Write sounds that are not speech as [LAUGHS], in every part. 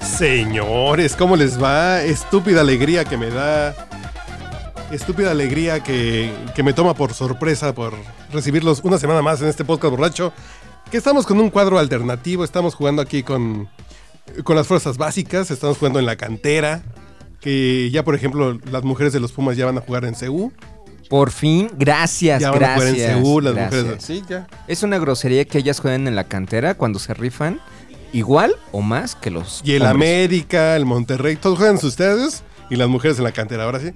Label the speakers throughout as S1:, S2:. S1: Señores, ¿cómo les va? Estúpida alegría que me da. Estúpida alegría que, que me toma por sorpresa por recibirlos una semana más en este podcast borracho. Que estamos con un cuadro alternativo, estamos jugando aquí con, con las fuerzas básicas, estamos jugando en la cantera. Que ya, por ejemplo, las mujeres de los Pumas ya van a jugar en CU.
S2: Por fin, gracias,
S1: Ya van a jugar
S2: gracias.
S1: en CU, las
S2: gracias.
S1: mujeres. Sí, ya.
S2: Es una grosería que ellas juegan en la cantera cuando se rifan, igual o más que los.
S1: Y el
S2: hombres.
S1: América, el Monterrey, todos juegan ustedes y las mujeres en la cantera, ahora sí.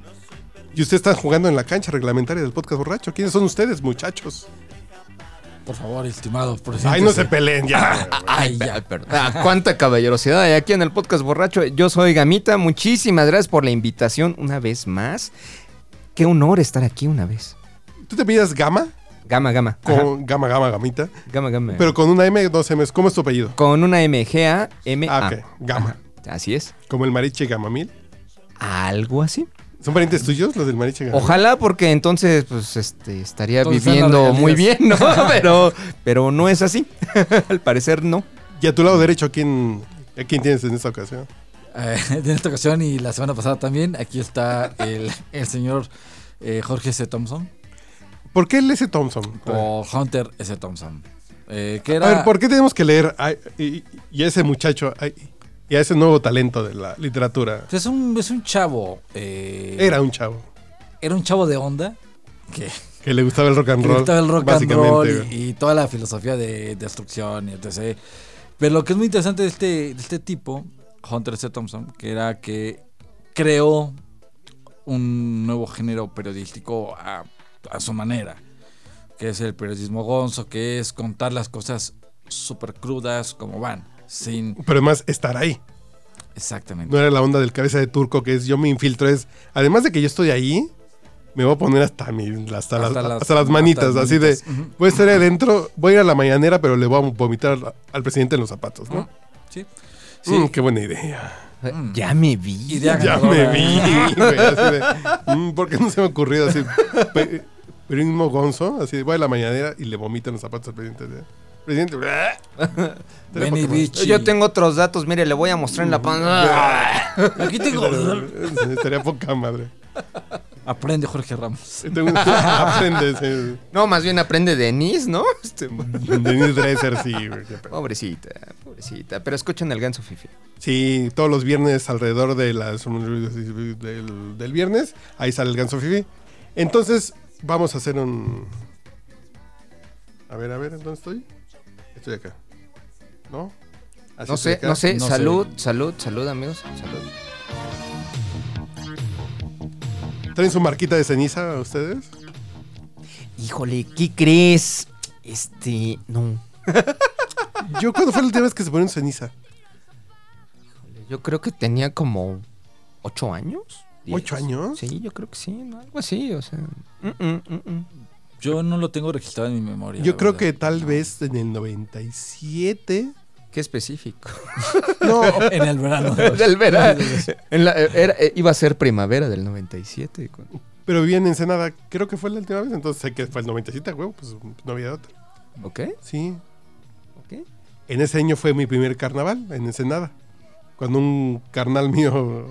S1: Y ustedes están jugando en la cancha reglamentaria del podcast borracho. ¿Quiénes son ustedes, muchachos?
S3: Por favor, estimado presidente.
S1: Ay, no se peleen
S3: Ah,
S1: ya.
S3: Ay,
S2: Ay,
S3: ya.
S2: perdón. [LAUGHS] Ah, cuánta caballerosidad hay aquí en el podcast borracho. Yo soy Gamita, muchísimas gracias por la invitación una vez más. Qué honor estar aquí una vez.
S1: Tú te pidas gama,
S2: Gama, gama.
S1: con
S2: Ajá,
S1: gama, gama, gamita,
S2: Gama, gama.
S1: pero con una M, dos M's. ¿Cómo es tu apellido?
S2: Con una MGA, M.
S1: Ah, ok, gama.
S2: Así es.
S1: Como el mariche gamamil.
S2: Algo así.
S1: ¿Son parientes tuyos los del mariche gamamil?
S2: Ojalá, porque entonces, pues, este, estaría
S3: Entonces,
S2: viviendo
S3: las
S2: muy bien,
S3: regalías. [LAUGHS]
S2: ¿no? Pero, pero no es así. [LAUGHS] Al parecer, no.
S1: Y a tu lado derecho, ¿a quién, a quién tienes en esta ocasión?
S3: Eh, en esta ocasión y la semana pasada también, aquí está el, el señor eh, Jorge S. Thompson
S1: ¿Por qué el S. Thompson?
S3: o Hunter S. Thompson. Eh, que
S1: A
S3: Oh, era,
S1: ver, ¿por qué tenemos que leer a- y, y a ese muchacho a- y a ese nuevo talento de la literatura?
S3: Es un, es un chavo. eh,
S1: Era un chavo
S3: era un chavo de onda que
S1: que le gustaba el rock and
S3: que le
S1: roll.
S3: gustaba el rock and
S1: básicamente,
S3: roll
S1: güey.
S3: y, y toda la filosofía de destrucción y etc. Pero lo que es muy interesante de este, de este tipo, Hunter C. Thompson, que era que creó un nuevo género periodístico a, a su manera, que es el periodismo gonzo, que es contar las cosas súper crudas como van, sin...
S1: Pero además estar ahí.
S3: Exactamente.
S1: No era la onda del cabeza de turco que es yo me infiltro. Es además de que yo estoy ahí, me voy a poner hasta, mi- hasta, las, hasta las manitas. así de
S3: manitas. Ujú.
S1: voy a estar ahí adentro, voy a ir a la mañanera, pero le voy a vomitar al presidente en los zapatos. ¿no?
S3: Sí. Sí.
S1: Mm, qué buena idea.
S3: Mm.
S2: Ya me vi.
S3: Idea
S1: Ya me
S3: ganadora.
S1: vi. güey, así de, mm, ¿Por qué no se me ha ocurrido así? Pe- Periodismo gonzo, así de voy a la mañanera y le vomitan los zapatos al presidente. así de, Presidente,
S3: Benny Beach.
S2: Yo tengo otros datos, mire, le voy a mostrar en la pantalla.
S1: [LAUGHS]
S3: Aquí tengo... [LAUGHS]
S1: Estaría poca madre.
S3: Aprende Jorge Ramos.
S1: Tengo- [LAUGHS] Aprendes. eh.
S3: Mm.
S2: No, más bien aprende Denise, ¿no? [LAUGHS] Este,
S1: Denise Dresser, sí. güey, qué pedo.
S2: pobrecita, pobrecita. Pero escuchen el ganso Fifi.
S1: Sí, todos los viernes alrededor de las del, del viernes, ahí sale el ganso Fifi. Entonces, vamos a hacer un. A ver, a ver, ¿dónde estoy? Estoy acá. ¿No? Así
S2: No
S1: estoy
S2: sé,
S1: acá.
S2: no sé.
S3: No sé.
S2: salud, salud, salud, amigos. Salud.
S1: ¿Traen su marquita de ceniza ustedes?
S2: Híjole, ¿qué crees? Este, no.
S1: Yo, ¿cuándo fue la última vez que se ponen ceniza?
S2: Yo creo que tenía como ocho años. diez.
S1: ¿Ocho años?
S2: Sí, yo creo que sí, ¿no? algo así, o sea. mm, mm, mm, mm.
S3: Yo no lo tengo registrado en mi memoria.
S1: Yo
S3: la
S1: creo
S3: verdad.
S1: que tal vez en el 97.
S2: Qué específico.
S1: No,
S3: [LAUGHS] En el
S1: [LAUGHS]
S2: [LAUGHS]
S3: verano.
S2: Del verano. En la- era- eh, iba a ser primavera del 97. cu-
S1: Pero vivían en Ensenada, creo que fue la última vez, entonces sé que fue el 97, huevo, pues no había otra.
S2: ¿Ok?
S1: Sí.
S2: ¿Ok?
S1: En ese año fue mi primer carnaval, en Ensenada. Cuando un carnal mío,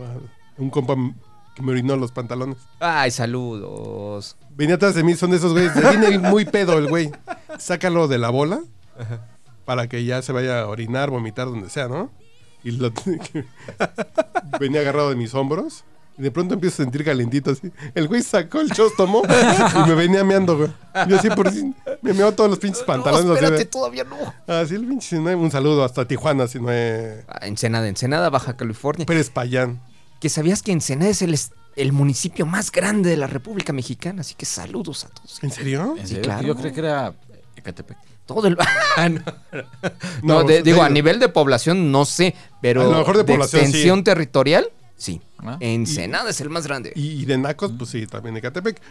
S1: un compa m- que me orinó los pantalones.
S2: Ay, saludos.
S1: Venía atrás de mí, son de esos güeyes. se Viene muy pedo el güey. Sácalo de la bola para que ya se vaya a orinar, vomitar, donde sea, ¿no? Y lo [LAUGHS] venía agarrado de mis hombros. Y de pronto empiezo a sentir calentito así. El güey sacó el chóstomo y me venía meando, güey. Yo así por si me meó todos los pinches pantalones.
S2: No,
S1: así,
S2: espérate,
S1: de-
S2: todavía no.
S1: así el pinche Sinaí. Un saludo hasta Tijuana, si no es
S2: Ah, Ensenada, Ensenada, Baja California.
S1: Pérez Payán.
S2: que sabías que Ensenada es el, est- el municipio más grande de la República Mexicana, así que saludos a todos.
S1: ¿En serio?
S3: ¿En
S2: Sí,
S3: serio?
S2: claro.
S3: Yo creo que era Ecatepec.
S2: Todo el. [LAUGHS] Ah, no,
S1: No,
S2: No, de-
S1: de-
S2: digo, a nivel de población no sé, pero.
S1: A lo mejor de población,
S2: extensión territorial, sí.
S3: Ah.
S2: Ensenada es el más grande. Eh,
S1: Y, y de Nacos, pues sí, también de Catepec.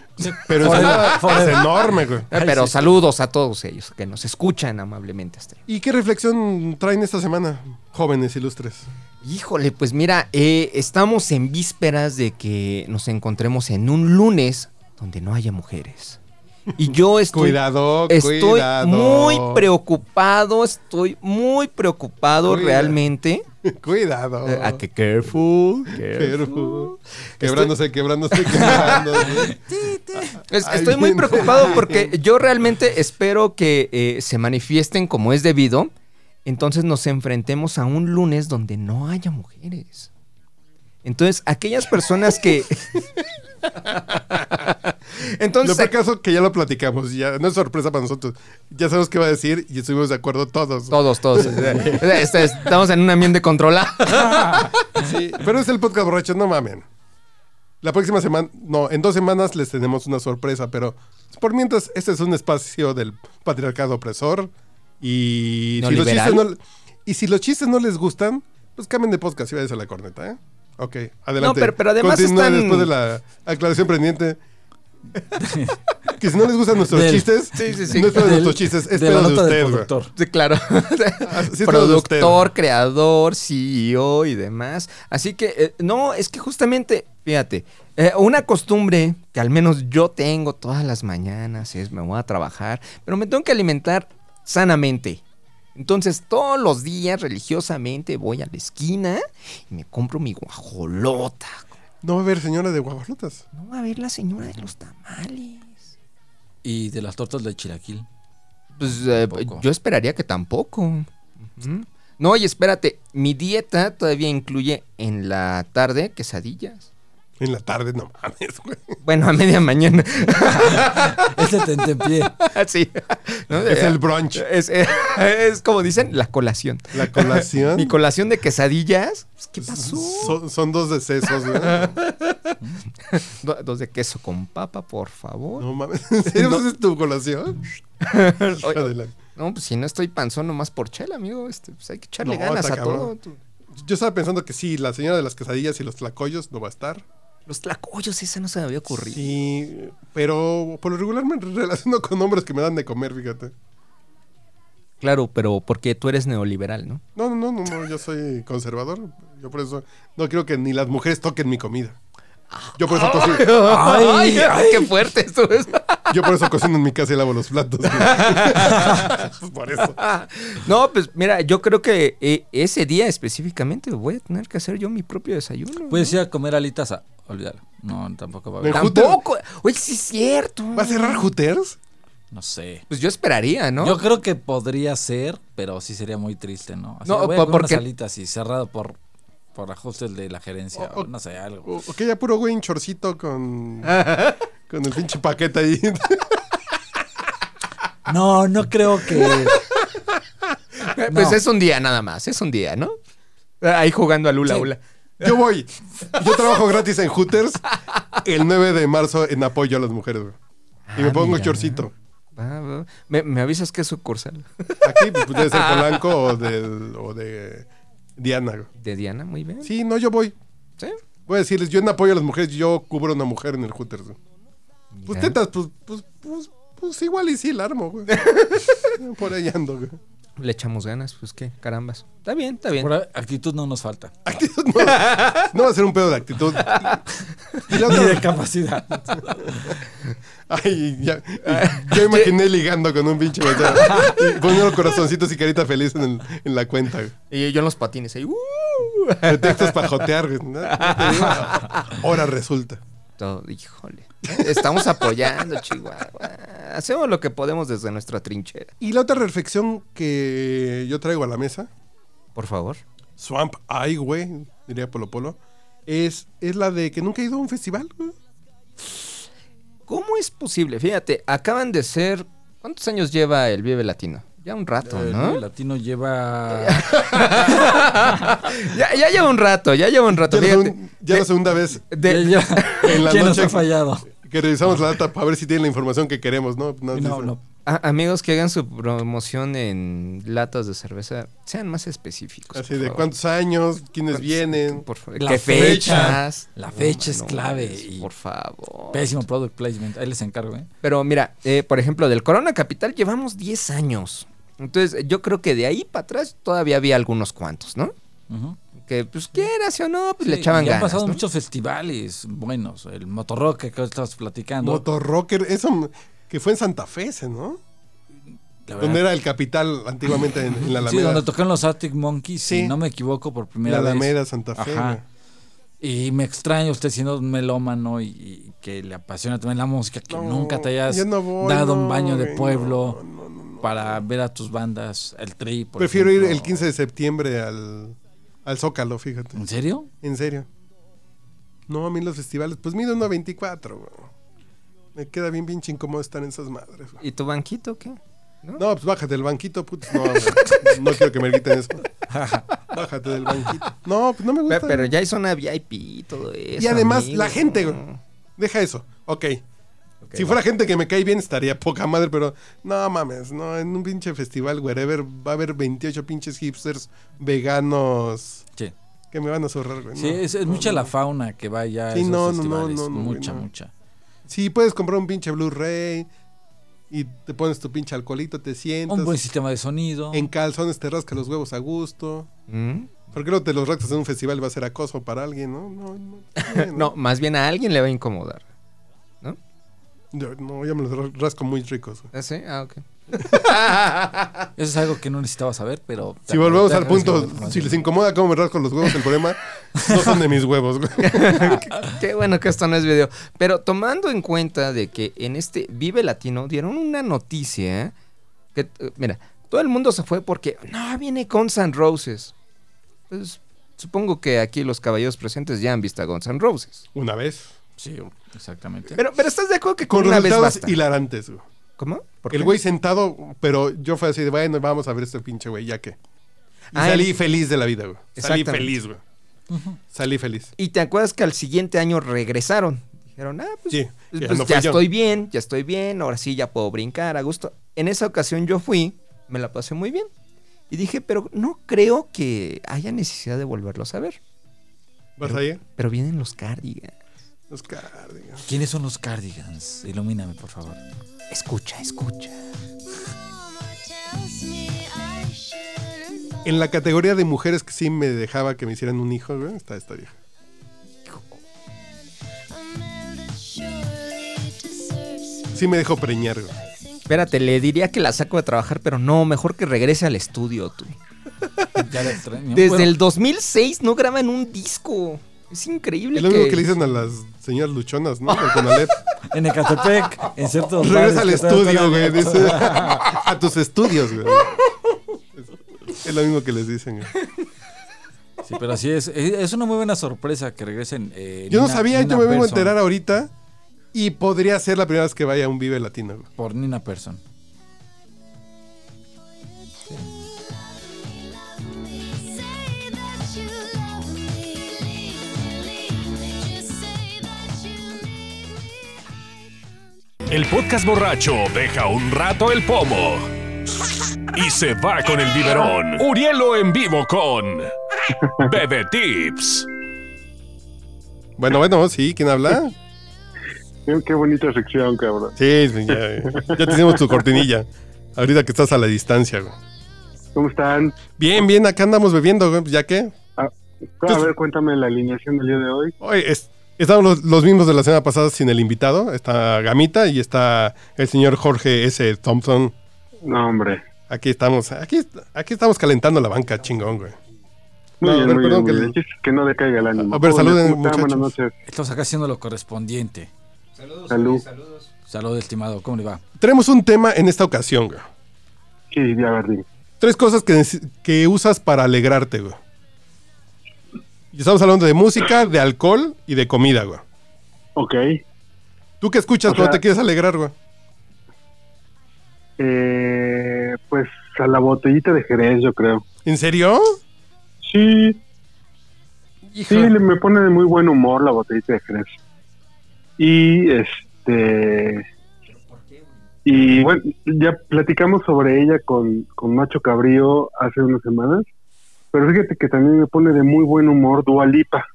S1: Pero
S3: Forever,
S1: Ensenada es
S3: forever.
S1: enorme, güey.
S2: Ah,
S3: Ay,
S2: pero
S3: sí.
S2: saludos a todos ellos que nos escuchan amablemente hasta ahí.
S1: ¿Y qué reflexión traen esta semana, jóvenes ilustres?
S2: Híjole, pues mira, eh, estamos en vísperas de que nos encontremos en un lunes donde no haya mujeres.
S1: [LAUGHS]
S2: Y yo estoy,
S1: Cuidado,
S2: estoy
S1: cuidado.
S2: muy preocupado, estoy muy preocupado
S1: Cuida.
S2: realmente.
S1: [LAUGHS] Cuidado.
S2: Eh, a que careful,
S1: Pero- Quebrándose,
S2: [LAUGHS]
S1: quebrándose, quebrándose.
S2: Es-
S1: Ay,
S2: estoy muy
S1: bien. [LAUGHS]
S2: preocupado porque yo realmente espero que eh, se manifiesten como es debido. Entonces nos enfrentemos a un lunes donde no haya mujeres. Entonces, aquellas personas
S1: [LAUGHS]
S2: que.
S1: Lo
S2: Entonces,
S1: peor caso que ya lo platicamos, ya no es sorpresa para nosotros. Ya sabemos qué va a decir y estuvimos de acuerdo todos.
S2: todos, todos. Este, Estamos en un ambiente controlado.
S1: Sí, pero es el podcast borracho, no mamen. La próxima semana, no, en dos semanas les tenemos una sorpresa, pero por mientras, este es un espacio del patriarcado opresor. Y,
S2: ¿No
S1: si, los
S2: liberal?
S1: chistes no, y si los chistes no les gustan, pues cambien de podcast y váyanse a la corneta, ¿eh? Ok, adelante.
S2: No, pero- pero además
S1: Continúen
S2: están-
S1: después de la aclaración pendiente.
S3: [LAUGHS]
S1: que si no les gustan nuestros
S3: Del-
S1: chistes,
S2: Sí, sí, sí.
S1: no es pedo de
S3: Del-
S1: nuestros chistes, es
S3: de la
S1: pedo de
S3: nota del
S1: usted, güey.
S3: productor.
S2: Sí, claro.
S1: sí, todo
S2: [LAUGHS]
S1: de usted.
S2: Productor, creador, CEO y demás. Así que, eh, no, es que justamente, fíjate, eh, una costumbre que al menos yo tengo todas las mañanas es me voy a trabajar, pero me tengo que alimentar sanamente. Entonces todos los días religiosamente voy a la esquina y me compro mi guajolota.
S1: No va a haber señora de guabalotas.
S2: No va a ver la señora de los tamales.
S3: Y de las tortas de chilaquil.
S2: Pues eh,
S3: Tampoco.
S2: yo esperaría que tampoco. Ujú. No, y espérate, mi dieta todavía incluye en la tarde quesadillas.
S1: En la tarde, no mames, güey.
S2: Bueno, a media mañana. [LAUGHS]
S3: Ese tente en pie.
S2: sí. ¿No? Eh,
S1: Es el brunch.
S2: Es- es- [LAUGHS] es como dicen, la colación.
S1: La colación.
S2: Mi colación de quesadillas. pues, ¿Qué pasó?
S1: Son, son dos decesos, ¿verdad? [LAUGHS]
S2: Do- Dos de queso con papa, por favor.
S1: No mames. ¿En serio
S2: No.
S1: esa es tu [LAUGHS] colación? Adelante.
S2: No, pues si no estoy panzón nomás por chela, amigo. Este, pues hay que echarle
S1: No,
S2: ganas
S1: está
S2: a todo.
S1: cabrón. Yo estaba pensando que sí, la señora de las quesadillas y los tlacoyos no va a estar.
S2: Los tlacoyos, esa no se me había ocurrido.
S1: Sí, pero por lo regular me relaciono con hombres que me dan de comer, fíjate.
S2: Claro, pero porque tú eres
S1: [LAUGHS]
S2: neoliberal, ¿no?
S1: No, no, no, no, no, yo soy conservador. Yo por eso no creo que ni las mujeres toquen mi comida. Yo por eso cocino,
S2: [LAUGHS] ¡Ay,
S3: Ay,
S2: qué fuerte esto es!
S1: yo por eso cocino en mi casa y lavo los platos. [LAUGHS] por eso.
S2: [LAUGHS] No, pues mira, yo creo que eh, ese día específicamente voy a tener que hacer yo mi propio desayuno.
S1: Pues,
S3: Puedes ir a comer alitas a... Olvídalo. No, tampoco va a
S1: Me
S3: haber.
S1: ju-
S2: Tampoco. Oye, sí es cierto.
S1: ¿Va a cerrar Hooters?
S3: No sé.
S2: Pues yo esperaría, ¿no?
S3: Yo creo que podría ser, pero sí sería muy triste, ¿no? Así,
S2: No,
S3: voy a
S2: po-
S3: comer
S2: porque-
S3: unas alitas y cerrado por, por ajustes de la gerencia,
S1: O- o-
S3: o no sé, algo.
S1: O, o que ya puro güey en chorcito con,
S3: Ah.
S1: con el pinche paquete ahí. [LAUGHS]
S3: No, no creo que...
S1: [LAUGHS]
S2: Eh, [LAUGHS] pues
S3: no.
S2: es un día nada más, es un día, ¿no?
S1: Ah,
S2: Ahí jugando a Lula
S3: Sí.
S2: Ula.
S1: Yo voy. Yo trabajo gratis en Hooters el 9 de marzo en apoyo a las mujeres. güey. Y me
S2: Ah,
S1: pongo
S2: mira.
S1: chorcito.
S2: Va, va. ¿Me, me avisas qué sucursal?
S1: Aquí pues, debe ser Polanco o de, o de Diana. güey.
S2: De Diana, muy bien.
S1: Sí, no, yo voy.
S2: Sí.
S1: Voy a decirles, yo en apoyo a las mujeres, yo cubro a una mujer en el Hooters. güey. Pues
S2: Mira.
S1: tetas, pues, pues, pues, pues igual y sí la armo, güey. [LAUGHS] Por ahí ando, güey.
S2: Le echamos ganas, pues qué, carambas. Está bien, está bien.
S3: Por a- actitud no nos falta.
S1: Actitud no, no va a ser un pedo de actitud. Y la
S3: Ni
S1: otra-
S3: de capacidad.
S1: Ay, ya.
S3: Ah. [LAUGHS]
S1: Yo imaginé ligando con un pinche vato. Y Poniendo corazoncitos y carita feliz en, el- en la cuenta. güey.
S2: Y yo en los patines ahí. ¡uh!
S1: Pretextos para jotear. güey, ¿no? Te digo, Ahora resulta.
S2: Todo, híjole.
S1: [LAUGHS]
S2: Estamos apoyando, Chihuahua. Hacemos lo que podemos desde nuestra trinchera.
S1: Y la otra reflexión que yo traigo a la mesa,
S2: Por favor.
S1: Swamp Eye, güey, diría Polo Polo, es, es la de que nunca he ido a un festival. güey.
S2: ¿Cómo es posible? Fíjate, acaban de ser. ¿Cuántos años lleva el Vive Latino? Ya un rato,
S3: El
S2: ¿no?
S3: latino lleva...
S2: Ya, ya lleva un rato, ya lleva un rato.
S1: Ya, la,
S2: Fíjate.
S1: segun- ya la segunda vez
S3: [LAUGHS]
S2: De-
S3: lleva-
S1: En la
S3: Eh, ¿Quién nos
S1: noche-
S3: ha fallado?
S1: que revisamos la data para ver si tienen la información que queremos, ¿no? Nada más
S3: No,
S1: dice-
S3: no.
S2: a- amigos que hagan su promoción en latas de cerveza, sean más específicos.
S3: pues,
S1: Así
S2: por
S1: de
S2: favor.
S1: cuántos años, quiénes
S2: ¿Cuántos-
S1: vienen.
S2: por favor,
S3: La
S2: ¿Qué
S3: fecha.
S2: fechas?
S3: La fecha es clave
S2: mames,
S3: y-
S2: Por favor.
S3: Pésimo product placement. Ahí les encargo, ¿eh?
S2: Pero mira, eh, por ejemplo, del Corona Capital llevamos 10 años. Entonces, yo creo que de ahí para atrás todavía había algunos cuantos, ¿no?
S3: Ujú.
S2: Que, pues, quieras o no, pues le
S3: Sí,
S2: echaban
S3: y Han
S2: ganas.
S3: pasado
S2: ¿no?
S3: muchos festivales buenos. El Motorrock que estabas platicando.
S1: Motorrocker, eso m- que fue en Santa Fe, ese, ¿no?
S3: La verdad-
S1: Donde era el capital antiguamente en, en la
S3: Sí,
S1: Alameda.
S3: donde tocaron los Arctic Monkeys,
S1: Sí.
S3: si no me equivoco, por primera
S1: la
S3: vez.
S1: Alameda, Santa Fe.
S3: Ajá. Y me extraña usted siendo un melómano y, y que le apasiona también la música, que
S1: No,
S3: nunca te hayas
S1: yo no voy,
S3: dado
S1: no,
S3: un baño de
S1: güey,
S3: pueblo
S1: no, no, no, no.
S3: para ver a tus bandas, el Tri. por
S1: Prefiero ir
S3: ejemplo. Mm.
S1: el 15 de septiembre al, al Zócalo, fíjate.
S3: ¿En serio?
S1: En serio. No, a mí los festivales, pues mido 1.24, güey. Me queda bien pinche incómodo estar en esas madres, güey.
S2: ¿Y tu banquito qué?
S1: No, pues bájate del banquito, puto. No, güey. no quiero que me quiten
S3: [LAUGHS]
S1: eso. Bájate del banquito. No, pues no me
S2: Pe-
S1: gusta.
S2: Pero ya hay zona VIP y todo eso.
S1: y además,
S2: amigo.
S1: la gente, güey. Deja eso. Ok.
S2: Ok,
S1: si
S2: va.
S1: fuera gente que me cae bien, estaría poca madre, pero no mames, no, en un pinche festival, wherever, va a haber 28 pinches hipsters veganos
S3: Sí.
S1: que me van a zorrar, güey.
S3: Sí,
S1: no,
S3: es, es
S1: no,
S3: mucha
S1: no.
S3: la fauna que va ya a
S1: Sí,
S3: esos
S1: no, no, no,
S3: festivales.
S1: no, no,
S3: mucha,
S1: güey, no.
S3: mucha.
S1: Sí, puedes comprar un pinche Blu-ray y te pones tu pinche alcoholito, te sientas.
S3: Un buen sistema de sonido.
S1: En calzones te rascas los huevos a gusto.
S2: ¿Mm?
S1: Porque no te los rascas en un festival va a ser acoso para alguien, ¿no? No,
S3: [LAUGHS]
S1: no. sí,
S2: No, más bien a alguien le va a incomodar.
S1: Yo- no, ya me los ra- rasco muy ricos. güey.
S2: ¿Ah, sí? Ah, ok.
S3: Eso es algo que no necesitaba saber, pero...
S1: Si volvemos al
S3: Gracias por
S1: punto,
S3: la
S1: si
S3: información.
S1: les incomoda cómo me rasco los huevos, el problema no son de mis huevos, güey.
S2: [LAUGHS] Qué bueno que esto no es video. Pero tomando en cuenta de que en este Vive Latino dieron una noticia que, eh, mira, todo el mundo se fue porque, no, viene Guns N' Roses. Pues, supongo que aquí los caballeros presentes ya han visto a Guns N' Roses.
S1: Una vez.
S3: Sí, exactamente.
S2: Pero, pero ¿estás de acuerdo que con,
S1: Con
S2: una vez
S1: resultados
S2: basta?
S1: hilarantes, güey.
S2: ¿Cómo? ¿Por
S1: El
S2: qué?
S1: güey sentado, pero yo fue así de, bueno, vamos a ver este pinche güey, ya que. Y
S2: Ah,
S1: salí
S2: el-
S1: feliz de la vida, güey. Salí
S2: Exactamente.
S1: feliz, güey. Salí feliz.
S2: Y te acuerdas que al siguiente año regresaron. Dijeron, ah, pues,
S1: Sí,
S2: pues,
S1: ya
S2: pues,
S1: no fui
S2: ya
S1: yo.
S2: estoy bien, ya estoy bien, ahora sí ya puedo brincar a gusto. En esa ocasión yo fui, me la pasé muy bien. Y dije, pero no creo que haya necesidad de volverlos a ver.
S1: ¿Vas a ir?
S2: Pero vienen los Cardigan.
S1: Los Cardigans.
S3: ¿Quiénes son los Cardigans? Ilumíname,
S1: [LAUGHS]
S3: por favor.
S2: Escucha, escucha.
S1: En la categoría de mujeres que sí me dejaba que me hicieran un hijo, güey, está esta vieja. Sí me dejó preñar, güey.
S2: Espérate, le diría que la saco de trabajar, pero no, mejor que regrese al estudio tú.
S3: Ya la extraño.
S2: Desde
S3: Bueno,
S2: el 2006 no graban un disco. Es increíble.
S1: Es lo mismo
S2: que-
S1: que le dicen a las señoras luchonas, ¿no? Del
S3: [LAUGHS]
S1: Conalep.
S3: En Ecatepec, en ciertos bares
S1: Regresa al
S3: que están
S1: estudio,
S3: todavía
S1: güey.
S3: abiertos.
S1: dice. a tus estudios, güey. Es- Es lo mismo que les dicen, güey.
S3: Sí, pero así es. Es es una muy buena sorpresa que regresen. eh,
S1: Yo no
S3: Nina-
S1: sabía,
S3: Nina
S1: yo me vengo a
S3: Persson
S1: enterar ahorita. Y podría ser la primera vez que vaya a un Vive Latino. güey.
S3: Por Nina Person.
S4: El podcast borracho deja un rato el pomo y se va con el biberón. Urielo en vivo con Bebe Tips.
S1: Bueno, bueno, sí, ¿quién habla?
S5: Qué, qué bonita sección, cabrón.
S1: Sí, sí, ya, ya te hicimos tu cortinilla. Ahorita que estás a la distancia, güey.
S5: ¿Cómo están? Ah,
S1: Bien, bien, acá andamos bebiendo, güey. pues, ¿Ya qué? Pues-
S5: A ver, cuéntame la alineación del día de hoy.
S1: Hoy es- estamos los, los mismos de la semana pasada sin el invitado. Está Gamita y está el señor Jorge S. Thompson.
S5: No, hombre.
S1: Aquí estamos, aquí, aquí estamos calentando la banca, chingón, güey.
S5: Muy
S1: No,
S5: bien,
S1: a ver,
S5: muy
S1: perdón
S5: bien, muy
S1: que
S5: bien. El chiste es Que no decaiga el ánimo.
S1: a ver,
S5: Jóvenes,
S1: saluden,
S5: ¿cómo están? Buenas
S1: muchachos.
S5: noches.
S3: Estamos acá haciendo lo correspondiente.
S5: Salud.
S3: Saludos, estimado. ¿Cómo le va?
S1: Tenemos un tema en esta ocasión, güey.
S5: Sí, ya, a ver, dime.
S1: Tres cosas que, deci- que usas para alegrarte, güey. Y estamos hablando de música, de alcohol y de comida, güey.
S5: Ok.
S1: ¿Tú qué escuchas
S5: O
S1: cuando te
S5: sea-
S1: quieres alegrar, güey?
S5: Eh, pues a la botellita de Jerez, yo creo.
S1: ¿En serio?
S5: Sí,
S1: Hijo.
S5: sí, le- me pone de muy buen humor la botellita de Jerez. Y este. Y bueno, ya platicamos sobre ella con, con Macho Cabrío hace unas semanas, pero fíjate que también me pone de muy buen humor Dualipa,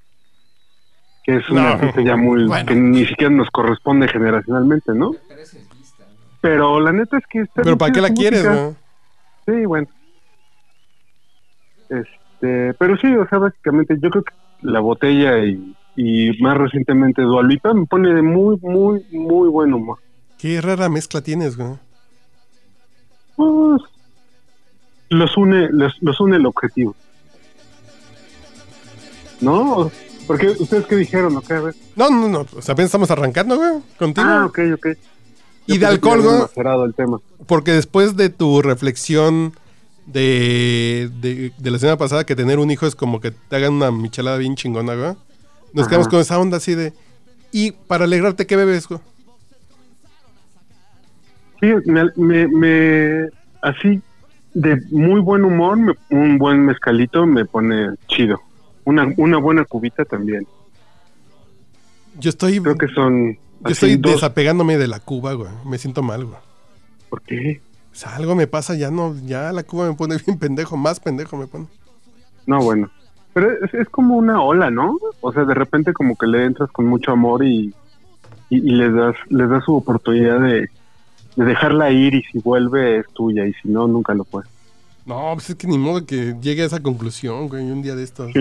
S5: que es una
S1: No.
S5: artista ya muy
S1: Bueno.
S5: que ni siquiera nos corresponde generacionalmente, ¿no? Pero la neta es que está
S1: Pero
S5: bien
S1: ¿para qué
S5: chida
S1: la
S5: su
S1: quieres,
S5: música.
S1: no?
S5: Sí, bueno. Este, pero sí, o sea, básicamente yo creo que la botella y, y más recientemente Dualipa me pone de muy, muy, muy buen humor.
S1: Qué rara mezcla tienes, güey.
S5: Pues, los une, los, los une el objetivo. ¿No? Porque ustedes qué dijeron, ok, a ver.
S1: No, no, no. O sea, apenas estamos arrancando, güey. Contigo.
S5: Ah, ok, ok.
S1: y de
S5: Yo pensé que
S1: alcohol,
S5: había
S1: güey.
S5: macerado el tema.
S1: Porque después de tu reflexión de, de, de la semana pasada que tener un hijo es como que te hagan una michelada bien chingona, güey. Nos
S5: Ajá.
S1: quedamos con esa onda así de... Y para alegrarte, ¿qué bebes, güey?
S5: Sí, me, me, me- así de muy buen humor, me- un buen mezcalito me pone chido. Una, una buena cubita también.
S1: Yo estoy...
S5: Creo que son
S1: Yo
S5: así
S1: estoy
S5: dos.
S1: desapegándome de la Cuba, güey. Me siento mal, güey.
S5: ¿Por qué?
S1: O sea, algo me pasa, ya no, ya la Cuba me pone [LAUGHS] bien pendejo, más pendejo me pone.
S5: No, bueno. Pero es, es como una ola, ¿no? O sea, de repente como que le entras con mucho amor y, y, y les das les das su oportunidad de, de dejarla ir y si vuelve es tuya y si no, nunca lo [LAUGHS] puedes.
S1: No, pues es que ni modo que llegue a esa conclusión, güey, un día de estos.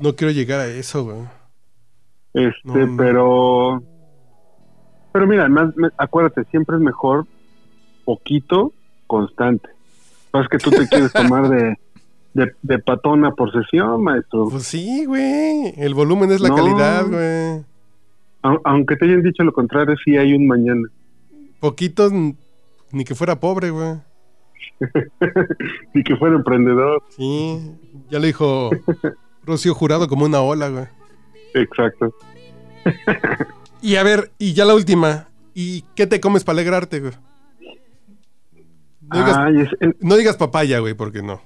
S1: No quiero llegar a eso, güey.
S5: Este,
S1: No, no.
S5: pero. Pero mira, más, me- acuérdate, siempre es mejor poquito, constante. Lo que pasa es que tú te quieres tomar de, de, de patona por sesión, maestro.
S1: Pues sí, güey. El volumen es la
S5: No.
S1: calidad, güey.
S5: Au- aunque te hayan dicho lo contrario, sí hay un mañana.
S1: Poquitos, n- ni que fuera pobre, güey.
S5: Y que fuera emprendedor.
S1: Sí, ya lo
S5: [LAUGHS]
S1: dijo Rocío Jurado como una ola, güey.
S5: Exacto.
S1: Y a ver, y ya la última. ¿Y qué te comes para alegrarte, güey? No digas,
S5: Ay, es- es-
S1: no digas papaya, güey, porque no.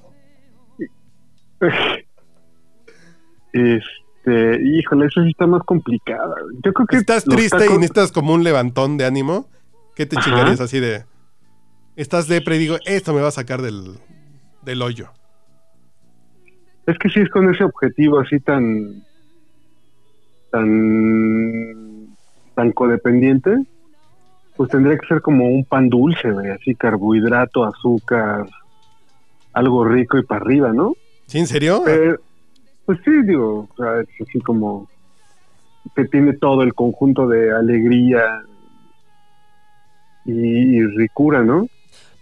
S5: [LAUGHS] este, híjole, eso sí está más complicada. güey. Yo creo que.
S1: estás
S5: los
S1: triste y
S5: tacos-
S1: necesitas como un levantón de ánimo, ¿qué te
S5: Ajá.
S1: chingarías así de? Estás depre y digo, esto me va a sacar del, del hoyo.
S5: Es que sí es con ese objetivo así tan tan tan codependiente, pues tendría que ser como un pan dulce, güey, así carbohidrato, azúcar, algo rico y para arriba, ¿no?
S1: ¿Sí, en serio?
S5: Pero, pues sí, digo, o sea, es así como que tiene todo el conjunto de alegría y, y ricura, ¿no?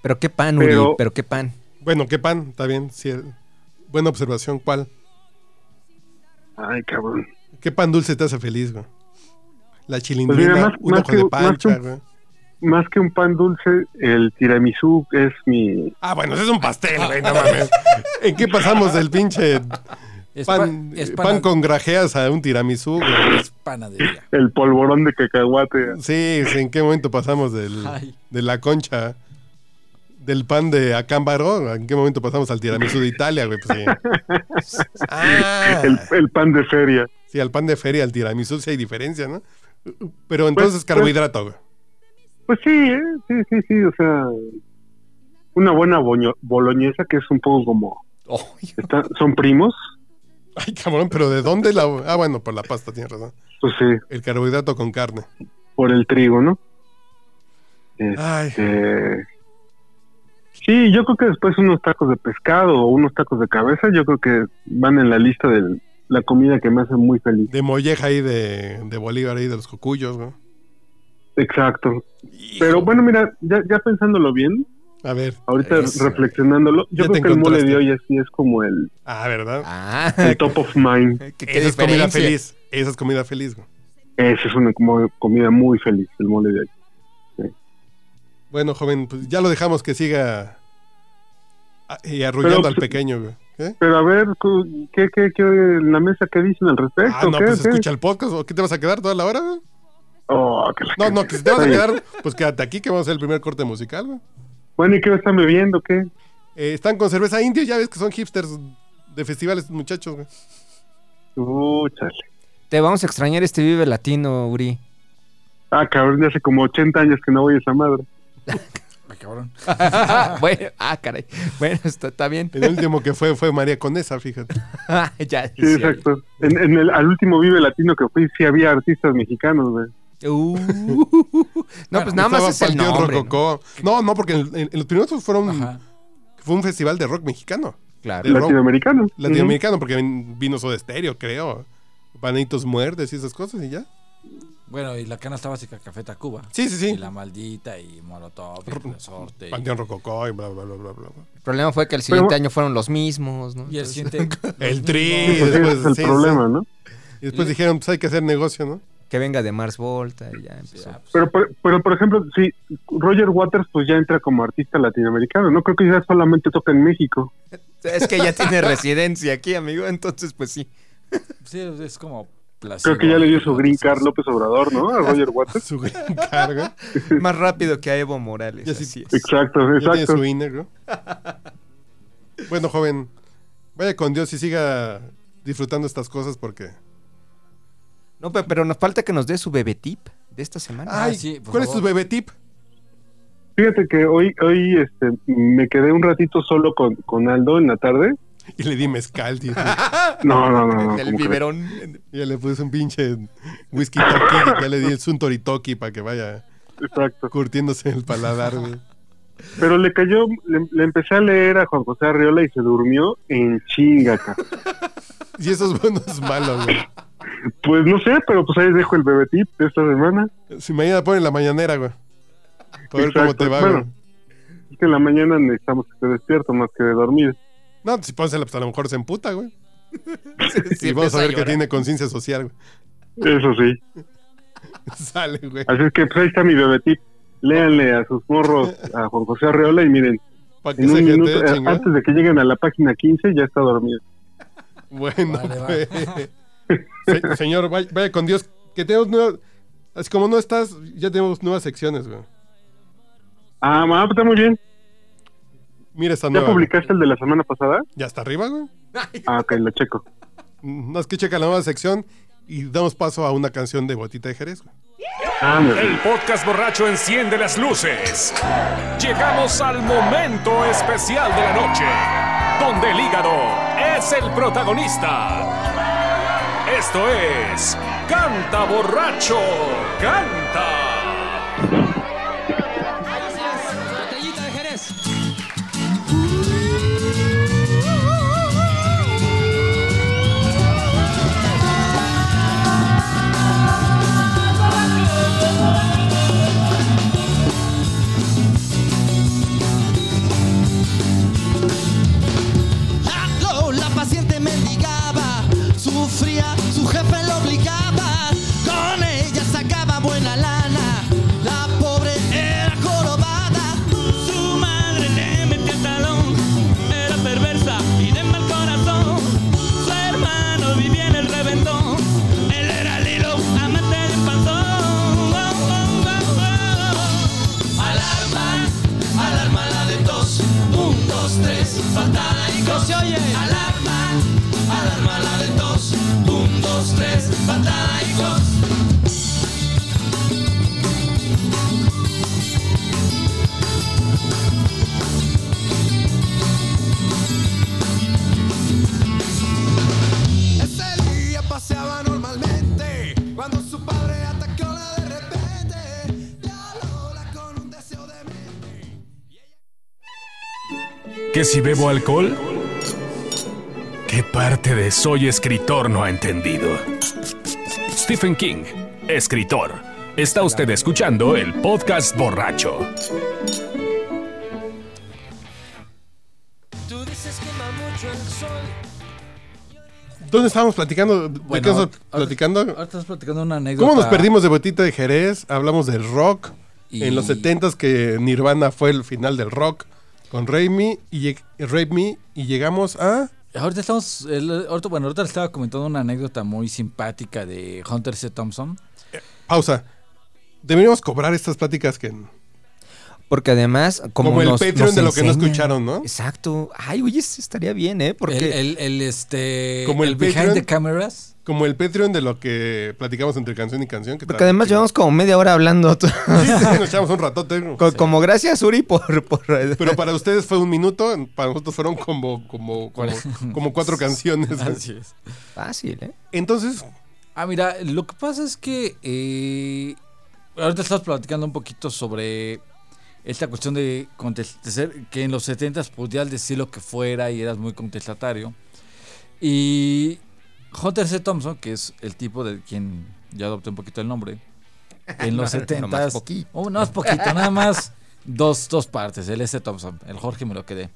S2: Pero qué pan, Uri,
S5: Pero-
S2: pero qué pan.
S1: Bueno, qué pan, está bien. sí, el- buena observación, ¿cuál?
S5: Ay, cabrón.
S1: ¿Qué pan dulce te hace feliz, güey? La
S5: Pues
S1: chilindrina,
S5: mira, más-
S1: un
S5: más
S1: ojo
S5: que-
S1: de
S5: más
S1: pancha,
S5: que un-
S1: güey.
S5: Más que un pan dulce, el tiramisú es mi
S1: Ah, bueno, ese es un pastel, güey, no mames. ¿En qué pasamos del pinche
S3: Es
S1: pan, eh,
S3: pa- es
S1: pan
S3: pana-
S1: con grajeas a un tiramisú, güey?
S3: Es panadería.
S5: El polvorón de cacahuate.
S1: Sí, sí, ¿en qué momento pasamos del,
S3: Ay.
S1: de la concha del pan de acámbaro? ¿En qué momento pasamos al tiramisú de Italia, güey? Pues sí. Ah,
S5: [LAUGHS] [LAUGHS] El, el pan de feria.
S1: sí, al pan de feria, al tiramisú, sí hay diferencia, ¿no? Pero entonces
S5: Pues-
S1: carbohidrato, güey.
S5: Pues sí, ¿eh? sí, sí, sí. O sea, una buena boño- boloñesa que es un poco como.
S3: Ay,
S5: está- son primos.
S1: Ay, cabrón, pero ¿de dónde la...? Ah, bueno, por la pasta, tienes razón.
S5: Pues sí,
S1: El carbohidrato con carne.
S5: por el trigo, ¿no?
S1: Ay,
S5: Este, sí, yo creo que después unos tacos de pescado o unos tacos de cabeza, yo creo que van en la lista de la comida que me hace muy feliz.
S1: de molleja ahí de, de Bolívar ahí de los cocuyos, güey.
S5: Exacto. Pero bueno, mira, ya, ya pensándolo bien,
S1: A ver.
S5: ahorita
S2: Eso,
S5: reflexionándolo,
S1: Ya
S5: yo
S1: te
S5: creo que el mole de
S1: encontraste.
S5: hoy así es como el,
S1: Ah,
S5: [LAUGHS]
S1: ¿verdad?
S2: Ah,
S5: el top of mind.
S2: qué, qué
S1: Esa es comida
S2: diferencia.
S1: feliz. Esa es comida feliz, güey.
S5: Esa es una como- comida muy feliz, el mole de hoy.
S1: Bueno, joven, pues ya lo dejamos que siga a- y arrullando
S5: Pero,
S1: al
S5: pues,
S1: pequeño, güey. ¿Qué?
S5: Pero a ver, cu- ¿qué, qué, qué, en la mesa qué dicen al respecto?
S1: Ah, no,
S5: ¿Qué,
S1: pues
S5: qué?
S1: escucha el podcast. ¿o ¿Qué te vas a quedar toda la hora, güey?
S5: Oh, que la
S1: No, no,
S5: can-
S1: que si te vas a
S5: Oye,
S1: quedar,
S5: [LAUGHS]
S1: pues quédate aquí que vamos a hacer el primer corte musical, güey.
S5: Bueno, ¿y qué están bebiendo? ¿Qué?
S1: Eh, están con cerveza indio, ya ves que son hipsters de festivales, muchachos, güey.
S5: Uh, chale.
S1: [LAUGHS]
S2: Te vamos a extrañar este Vive Latino, Uri.
S5: Ah, cabrón, ya hace como 80 años que no voy a esa madre.
S3: Ay, cabrón.
S2: bueno, ah, caray. Bueno, está, está bien. [LAUGHS] Ah,
S1: El último que fue fue María Condesa, fíjate.
S2: ya,
S5: Sí,
S2: sí.
S5: exacto. En, en el, al último Vive Latino que fui, sí había artistas mexicanos, güey.
S2: Uh, [LAUGHS] no, pues nada más
S1: Estaba
S2: es el
S1: Panteón
S2: nombre. ¿no?
S1: Rococó. ¿no? no, porque en- en- en los primeros fueron
S3: Ajá.
S1: fue un festival de rock mexicano,
S2: Claro.
S1: De rock.
S5: Latinoamericanos.
S1: latinoamericano, porque vin- vino Soda Estéreo, creo. Panitos Muertes y esas cosas y ya.
S3: Bueno, y la canasta básica Café Tacuba.
S1: Sí, sí,
S3: Y
S1: sí.
S3: la maldita y Molotov y el resorte. y-
S1: Panteón Rococó y bla, bla, bla, bla, bla.
S2: El problema fue que el siguiente año fueron los mismos, ¿no?
S3: Y el
S2: Entonces,
S3: siguiente.
S1: [LAUGHS] El tri.
S5: Ujú. Pues sí,
S1: después,
S5: ese es el
S1: sí,
S5: problema, ¿no?
S1: sí. Y después dijeron, pues hay que hacer negocio, ¿no? [LAUGHS]
S2: que venga de Mars Volta y ya empezó.
S3: Ah, pues,
S5: Pero, por- pero, por ejemplo, sí, Roger Waters pues ya entra como artista latinoamericano, no creo que ya solamente toca en México.
S2: Es que ya tiene residencia aquí, amigo, entonces pues sí.
S3: sí, es como.
S5: Creo
S3: placebo.
S5: que ya le dio su green card López Obrador, ¿no? A Roger Waters.
S1: Su gran carga.
S2: Más rápido que a Evo Morales.
S1: Ya sí.
S2: Así es.
S5: Exacto,
S1: Ya tiene
S5: exacto.
S1: su INE, ¿no? Bueno, joven, vaya con Dios y siga disfrutando estas cosas porque...
S2: No, pe- pero nos falta que nos dé su bebé tip de esta semana.
S1: Ay,
S3: sí, por
S1: ¿cuál es
S3: favor.
S1: tu bebé tip?
S5: Fíjate que hoy hoy este me quedé un ratito solo con, con Aldo en la tarde.
S1: Y le di mezcal, tío.
S5: No, no, no, no.
S2: del
S5: ¿cómo crees?
S2: biberón.
S1: Y Ya le puse un pinche whisky toki, ya le di el suntory toki para que vaya
S5: Exacto.
S1: curtiéndose el paladar. güey.
S5: Pero le cayó, le, le empecé a leer a Juan José Arriola y se durmió en chinga, cabrón.
S1: Y eso es bueno, es malo, güey.
S5: Pues no sé, pero pues ahí les dejo el bebé tip de esta semana.
S1: Si mañana ponen la mañanera, güey. Para ver cómo te
S5: Exacto.
S1: va,
S5: Bueno.
S1: güey.
S5: Es que en la mañana necesitamos que esté despierto más que de dormir.
S1: No, si pónsela, pues a lo mejor se emputa, güey.
S2: Sí,
S1: [LAUGHS] y vamos
S2: empieza
S1: a ver que
S2: llorar.
S1: tiene conciencia social, güey. [LAUGHS]
S5: Eso sí.
S1: Sale, güey.
S5: Así es que pues, ahí está mi bebé tip. Léanle a sus morros a Juan José Arreola y miren,
S1: Para que
S5: en
S1: se
S5: un minuto, eh,
S1: gente chingón.
S5: antes de que lleguen a la página 15 ya está dormido.
S1: Bueno,
S3: Vale, va.
S1: güey. Se- señor, vaya, vaya con Dios. Que tenemos nuevas... Así como no estás, ya tenemos nuevas secciones, güey.
S5: Ah, ma, pues, está muy bien.
S1: Mira esta
S5: ¿Ya
S1: nueva. güey.
S5: publicaste el de la semana pasada?
S1: Ya está arriba, güey.
S5: Ah, ok, lo checo.
S1: No es que checa la nueva sección y damos paso a una canción de Botita de Jerez. güey.
S5: Ah, me-
S4: El podcast borracho enciende las luces. Llegamos al momento especial de la noche, donde el hígado es el protagonista. Esto es Canta Borracho, canta.
S6: Aldo, la paciente mendigaba, sufría, su jefe lo obligaba, con ella sacaba buena lana, la pobre era jorobada, su madre le metía el talón, era perversa y de mal corazón, su hermano vivía en el reventón, él era Lilo, amante de un panzón. Oh, oh, oh, oh. Alarma, alarma la de tos, un, dos, tres, patada y cos. se oye. Alarma, alarma la de tos, un, dos, tres, patada y cos. Ese día paseaba normalmente cuando su padre atacó la de repente. Dialoga con un deseo de mente.
S4: ¿Que si bebo alcohol? ¿Qué parte de soy escritor no ha entendido? Stephen King, escritor. Está usted escuchando el podcast borracho.
S6: Tú dices que va mucho el sol.
S1: ¿Dónde estábamos platicando? ¿De qué
S3: Bueno,
S1: estábamos
S3: Ahora
S1: platicando?
S3: estás platicando una anécdota.
S1: ¿Cómo nos perdimos de Botita de Jerez? Hablamos del rock.
S3: Y-
S1: En los 70s que Nirvana fue el final del rock con Rape Me y, lleg- Rape Me y llegamos a...
S3: Ahorita estamos. el- ahorita, bueno, ahorita les estaba comentando una anécdota muy simpática de Hunter C. Thompson.
S1: Pausa. Deberíamos cobrar estas pláticas que...
S2: Porque además, como,
S1: Como el
S2: nos-
S1: Patreon
S2: nos
S1: de lo que no
S2: enseñan-
S1: escucharon, ¿no?
S2: Exacto. Ay, oye, eso estaría bien, ¿eh? Porque
S3: el, el, el, este,
S1: Como
S3: el,
S1: el
S3: behind
S1: Patreon. [LAUGHS]
S3: the cameras.
S1: Como el Patreon de lo que platicamos entre canción y canción. Que
S2: Porque además llevamos como media hora hablando. tú.
S1: Sí, sí, sí, nos echamos un ratote.
S2: [LAUGHS] Co- Como gracias, Uri, por... por-
S1: Pero para ustedes fue un minuto, para nosotros fueron como, como, como, como cuatro canciones.
S3: Así es.
S2: Fácil, ¿eh?
S1: Entonces,
S3: Ah, mira, lo que pasa es que eh, ahorita estás platicando un poquito sobre esta cuestión de contestar, que en los 70s podías decir lo que fuera y eras muy contestatario. Y Hunter C. Thompson, que es el tipo de quien ya adopté un poquito el nombre, en los
S2: No, [LAUGHS]
S3: 70s...
S2: nomás poquito.
S3: Oh, no, es poquito, nada más dos, dos partes, el S. Thompson, el Jorge me lo quedé.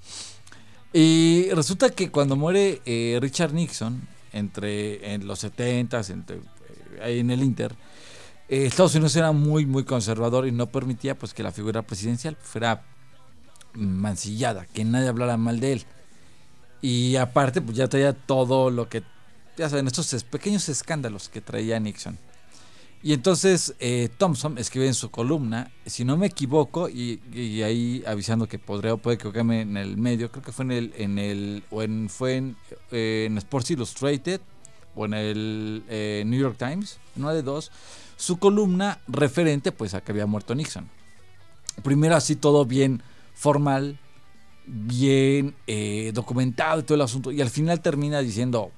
S3: Y resulta que cuando muere eh, Richard Nixon, entre en los 70s, entre, eh, ahí en el Inter, eh, Estados Unidos era muy, muy conservador y no permitía pues, que la figura presidencial fuera mancillada, que nadie hablara mal de él. Y aparte, pues ya traía todo lo que, ya saben, estos es- pequeños escándalos que traía Nixon. Y entonces eh, Thompson escribe en su columna, si no me equivoco, y, y ahí avisando que podría o puede equivocarme en el medio, creo que fue en el, en el, o en, fue en, eh, en Sports Illustrated o en el eh, New York Times, en una de dos, su columna referente pues a que había muerto Nixon. Primero así todo bien formal, bien eh, documentado y todo el asunto, y al final termina diciendo,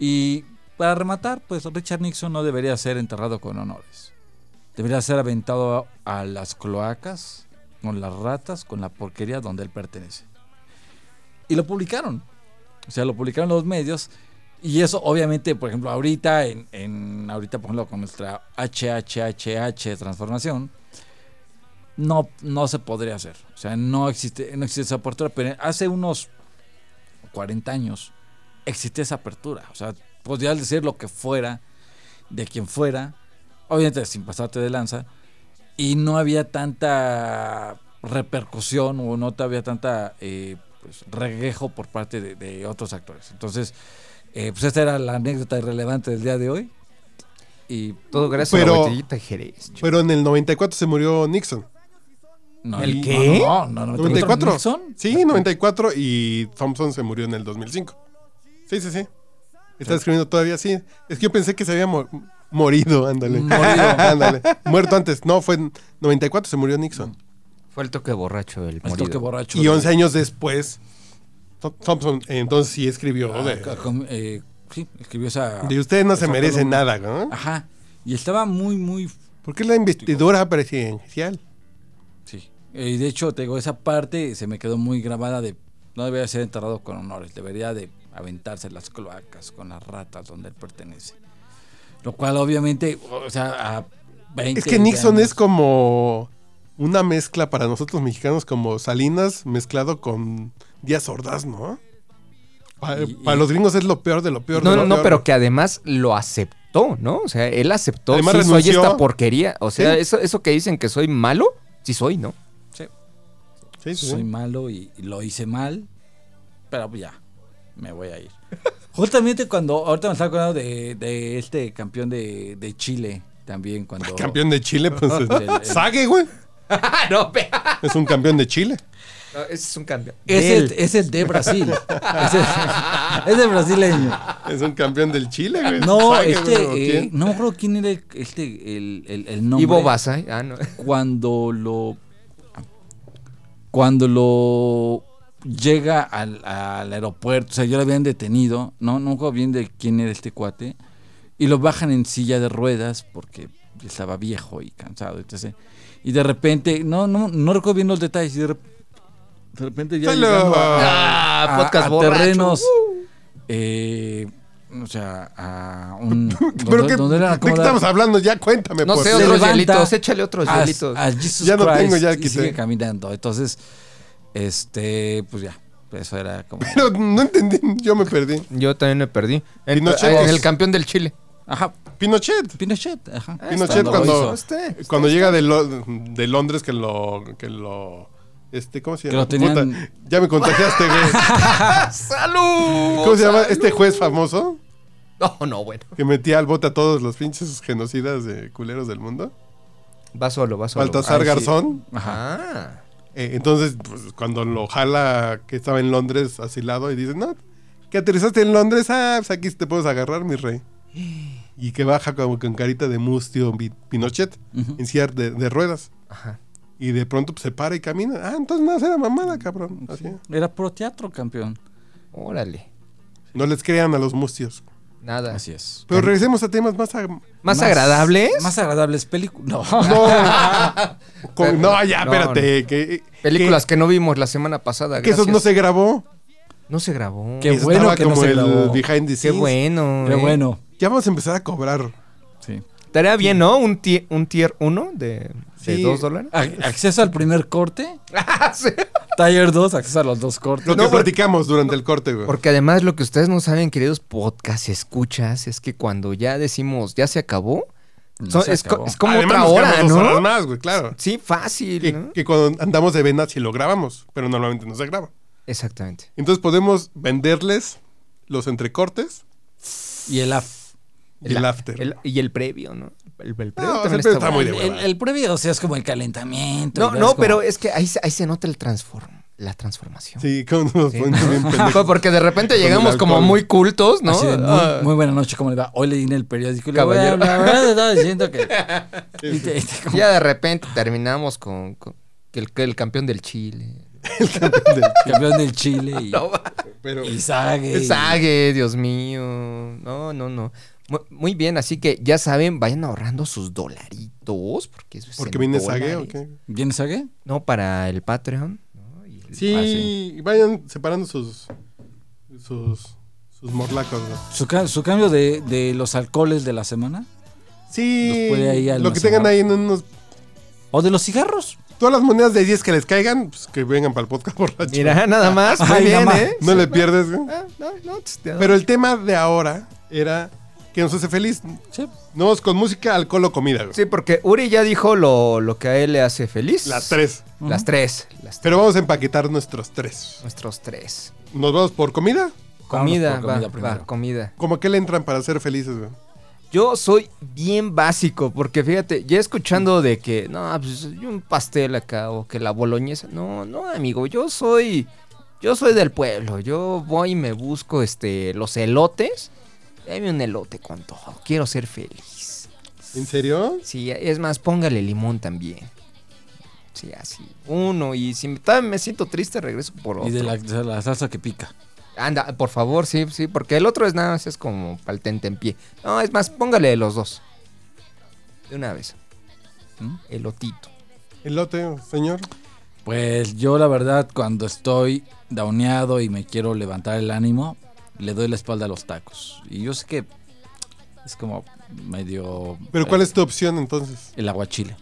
S3: y para rematar, pues Richard Nixon no debería ser enterrado con honores. Debería ser aventado a, a las cloacas, con las ratas, con la porquería donde él pertenece. Y lo publicaron. O sea, lo publicaron los medios. Y eso, obviamente, por ejemplo, ahorita, en, en- ahorita, por ejemplo, con nuestra HHHH transformación, no, no se podría hacer. O sea, no existe, no existe esa apertura. Pero hace unos 40 años, existe esa apertura. O sea, podías decir lo que fuera, de quien fuera, obviamente sin pasarte de lanza, y no había tanta repercusión o no te había tanta eh, pues, reguejo por parte de, de otros actores. Entonces, eh, pues esta era la anécdota irrelevante del día de hoy. Y
S2: Todo gracias a
S1: Pero-
S2: la botellita de Jerez.
S1: pero en el 94 se murió Nixon.
S3: no,
S2: ¿El
S3: no,
S2: qué?
S3: No, no, no,
S1: ¿94?
S3: Nixon?
S1: Sí, 94 y Thompson se murió en el 2005. Sí, sí, sí. Está escribiendo todavía, sí. Es que yo pensé que se había mor- morido, ándale.
S3: [LAUGHS] Morido.
S1: ándale. Muerto antes. No, fue en 94 se murió Nixon.
S2: Fue el toque borracho del
S3: El
S2: morido.
S3: toque borracho.
S1: Y
S3: de-
S1: 11 años después, Tho- Thompson eh, entonces sí escribió.
S3: Ah,
S1: de,
S3: con- eh, sí, escribió esa.
S1: de usted no se
S3: esa
S1: merece
S3: columna.
S1: nada, ¿no?
S3: Ajá. Y estaba muy, muy
S1: ¿Por qué la investidura presidencial?
S3: Sí. Y de hecho, te digo, esa parte se me quedó muy grabada de no debería ser enterrado con honores, debería de aventarse en las cloacas con las ratas donde él pertenece. Lo cual obviamente, o sea, a 20
S1: Es que Nixon
S3: años-
S1: es como una mezcla para nosotros mexicanos, como Salinas mezclado con Díaz Ordaz, ¿no? Pa- eh, Para,
S3: Y-
S1: los gringos es lo peor de lo peor. de
S2: No,
S1: lo
S2: no, no,
S1: peor.
S2: pero que además lo aceptó, ¿no? O sea, él aceptó.
S1: Además
S2: sí, soy
S1: renunció.
S2: esta porquería. O sea,
S1: Sí.
S2: eso, eso que dicen que soy malo, sí soy, ¿no?
S3: Sí,
S1: Sí, sí, sí.
S3: soy malo y, y lo hice mal, pero pues ya, me voy a ir. [LAUGHS] Justamente cuando, ahorita me estaba acordando de, de este campeón de, de Chile también,
S1: [LAUGHS]
S3: cuando...
S1: Campeón de Chile, pues.
S3: El- el-
S1: Sague, güey.
S2: Ah, no, pe-
S1: Es un campeón de Chile.
S2: No, ese es un cambio.
S3: Es el,
S2: Del-
S3: es el de Brasil. Es el- [LAUGHS] es el brasileño.
S1: Es un campeón del Chile, güey.
S3: No,
S1: Sague,
S3: este,
S1: güey, ¿o
S3: eh,
S1: quién?
S3: no creo quién era el, este, el, el, el nombre.
S2: Ivo Basay. Ah,
S3: [LAUGHS]
S2: no.
S3: Cuando lo, cuando lo llega al, al aeropuerto, o sea, ya lo habían detenido, no, no me acuerdo bien de quién era este cuate, y lo bajan en silla de ruedas porque ya estaba viejo y cansado, etc. Y de repente, no, no, no recuerdo bien los detalles, y de, rep- de repente ya
S1: Salud.
S3: llegando a-
S2: Ah,
S3: a-
S2: podcast
S3: a
S2: borracho. Uh.
S3: terrenos. eh, o sea, a un.
S1: [LAUGHS] ¿Pero
S3: donde-
S1: qué,
S3: donde era
S1: ¿De qué
S3: como la-
S1: estamos hablando? Ya cuéntame, pues.
S2: No
S1: por
S2: sé,
S1: favor.
S3: se
S2: otros
S3: levanta
S2: hielitos. Échale otros
S3: a-
S2: hielitos.
S3: a Jesus
S1: Ya no
S3: Christ
S1: tengo, ya
S3: y
S1: quité.
S3: sigue caminando. Entonces, este, pues ya. Eso era
S1: [LAUGHS]
S3: como.
S1: Pero [LAUGHS] no entendí, yo me perdí.
S2: Yo también me perdí. En,
S1: Pinochet.
S2: en el campeón del Chile.
S3: Ajá,
S1: Pinochet.
S3: Pinochet. Ajá.
S1: Pinochet
S3: Ah, lo
S1: cuando,
S3: hizo.
S1: [LAUGHS] cuando llega de, Lo- de Londres que lo que lo este cómo se
S3: Que
S1: llama
S3: lo tenían-
S1: Puta, ya me contagiaste güey
S3: [LAUGHS]
S2: ¡Salud!
S1: Ah, cómo se llama
S2: ¡Salud!
S1: este juez famoso
S2: No, no, bueno.
S1: que metía al bote a todos los pinches genocidas de culeros del mundo
S2: Va solo, va solo.
S1: Baltasar
S3: Ay, sí.
S1: Garzón.
S3: Ajá.
S2: Ah,
S1: Eh, entonces, pues, cuando lo jala que estaba en Londres asilado y dice, no, que aterrizaste en Londres, ah, pues aquí te puedes agarrar, mi
S3: [GASPS]
S1: rey. Y que baja como con carita de mustio Pi- Pinochet
S3: Ujú.
S1: en silla de, de ruedas.
S2: Ajá.
S1: Y de pronto pues, se para y camina. Ah, entonces nada, era mamada,
S3: Mm,
S1: cabrón. Así.
S3: Era pro teatro, campeón.
S2: órale.
S1: No les crean a los mustios.
S2: Nada.
S3: Así es.
S1: Pero regresemos a temas más...
S3: [LAUGHS]
S1: ag-
S2: ¿Más, agradables?
S3: Más agradables [LAUGHS] películas. No.
S1: No, con- no, ya,
S2: No,
S1: espérate. Que, eh,
S2: Películas que, no vimos la semana pasada.
S1: Que, que eso no
S2: gracias.
S1: se grabó.
S2: No se grabó.
S3: Qué
S2: Qué,
S1: Eso
S3: bueno
S1: estaba
S3: que no
S1: como
S3: se
S1: el
S3: grabó.
S1: behind the scenes.
S2: bueno.
S3: Qué
S2: eh.
S3: bueno.
S1: Ya vamos a empezar a cobrar.
S3: Sí.
S2: Estaría bien, ¿no? Un, tie- un tier 1 de,
S1: Sí.
S2: de 2
S3: [LAUGHS]
S2: dólares.
S3: A- Acceso al primer corte. Ah,
S2: Sí.
S3: Taller 2, acceso a los dos cortes.
S1: Lo que platicamos durante el corte, güey.
S2: Porque además lo que ustedes no saben, queridos podcast escuchas, es que cuando ya decimos ya se acabó,
S3: No
S2: son-
S3: se
S2: es, co-
S3: acabó.
S2: es como
S1: Además,
S2: otra
S1: nos
S2: hora,
S1: quedamos dos horas
S2: ¿no?
S1: más, güey, claro.
S2: Sí, fácil,
S1: Que,
S2: ¿no?
S1: que cuando andamos de venas y lo grabamos, pero normalmente no se graba.
S2: Exactamente.
S1: Entonces podemos venderles los entrecortes
S3: Y el AF.
S1: y el, after.
S2: El- y el previo, ¿no? El, el previo
S1: No, o sea,
S2: también
S1: el previo
S2: está
S1: está muy
S2: bueno.
S1: de
S3: El,
S1: hueva.
S3: el previo, o sea, es como el calentamiento.
S2: No,
S3: y ves
S2: no,
S3: como-
S2: pero eh, es que ahí, se- ahí se nota el transform, la transformación. ¿Eh?
S1: Sí, [LAUGHS] cuando nos ponen
S2: [LAUGHS]
S1: bien
S2: Fue
S1: pendejos. [LAUGHS]
S2: Porque de repente
S1: Con el
S2: llegamos como
S1: alcohol.
S2: muy cultos, ¿no?
S3: Así de, muy,
S2: Ah,
S3: muy buena noche, ¿cómo le va? Hoy leí en el periódico. y le voy a
S2: Caballero.
S3: hablar, ¿verdad? Estaba
S2: [LAUGHS]
S3: diciendo que. y te- y te- como-
S2: ya de repente terminamos con, con que el, que el campeón del Chile.
S3: campeón del Chile
S2: [LAUGHS]
S3: y,
S1: [LAUGHS] Pero
S3: y Sague.
S2: El
S3: y-
S2: Sague, Dios mío. No, no, no. Mu- Muy bien, así que ya saben, vayan ahorrando sus dolaritos. Porque, eso es
S1: porque
S2: en
S1: viene Sague o
S2: dólares.
S1: qué.
S3: ¿Viene Sague?
S2: No, para el Patreon. ¿no? Y el-
S1: Sí,
S2: ah, sí.
S1: vayan separando sus sus sus morlacos. güey.
S3: Su, ca- su cambio de, de los alcoholes de la semana.
S1: Sí,
S3: Los puede ahí
S1: lo que
S3: almacenar.
S1: tengan ahí en unos
S3: O de los cigarros.
S1: todas las monedas de 10 que les caigan, pues que vengan para el podcast [LAUGHS] borracho.
S2: Mira, Ah, nada más. Muy
S3: Ay,
S2: bien,
S3: nada más.
S2: ¿eh?
S1: no le pierdes, güey.
S2: Ah, no, no, tss, te-
S1: Pero el tema de ahora era que nos hace feliz.
S3: Sí.
S1: No vamos con música, alcohol o comida. güey.
S2: Sí, porque Uri ya dijo lo, lo que a él le hace feliz.
S1: Las tres.
S2: Las tres. Las
S1: Pero vamos a empaquetar nuestros tres.
S2: Nuestros tres.
S1: ¿Nos vamos por comida?
S2: Comida,
S3: por
S2: va,
S3: comida
S2: va,
S3: primero.
S2: comida.
S1: ¿Cómo que le entran para ser felices, güey?
S2: Yo soy bien básico, porque fíjate, ya escuchando de que, no, pues yo un pastel acá o que la boloñesa. No, no, amigo, yo soy. Yo soy del pueblo. Yo voy y me busco este los elotes. Dame un elote con todo. Quiero ser feliz.
S1: ¿En serio?
S2: Sí, es más, póngale limón también. Sí, así. Uno, y si me, todavía me siento triste, regreso por otro.
S3: Y de la, de la salsa que pica.
S2: Anda, por favor, sí, sí, porque el otro es nada más, es como pal tentempié. No, es más, póngale los dos. De una vez.
S3: ¿Mm?
S2: Elotito.
S3: [LAUGHS]
S1: Elote, señor.
S3: Pues yo la verdad cuando estoy dauneado y me quiero levantar el ánimo, le doy la espalda a los tacos. Y yo sé que es como medio...
S1: Pero ¿cuál
S3: eh,
S1: es tu opción entonces?
S3: El aguachile.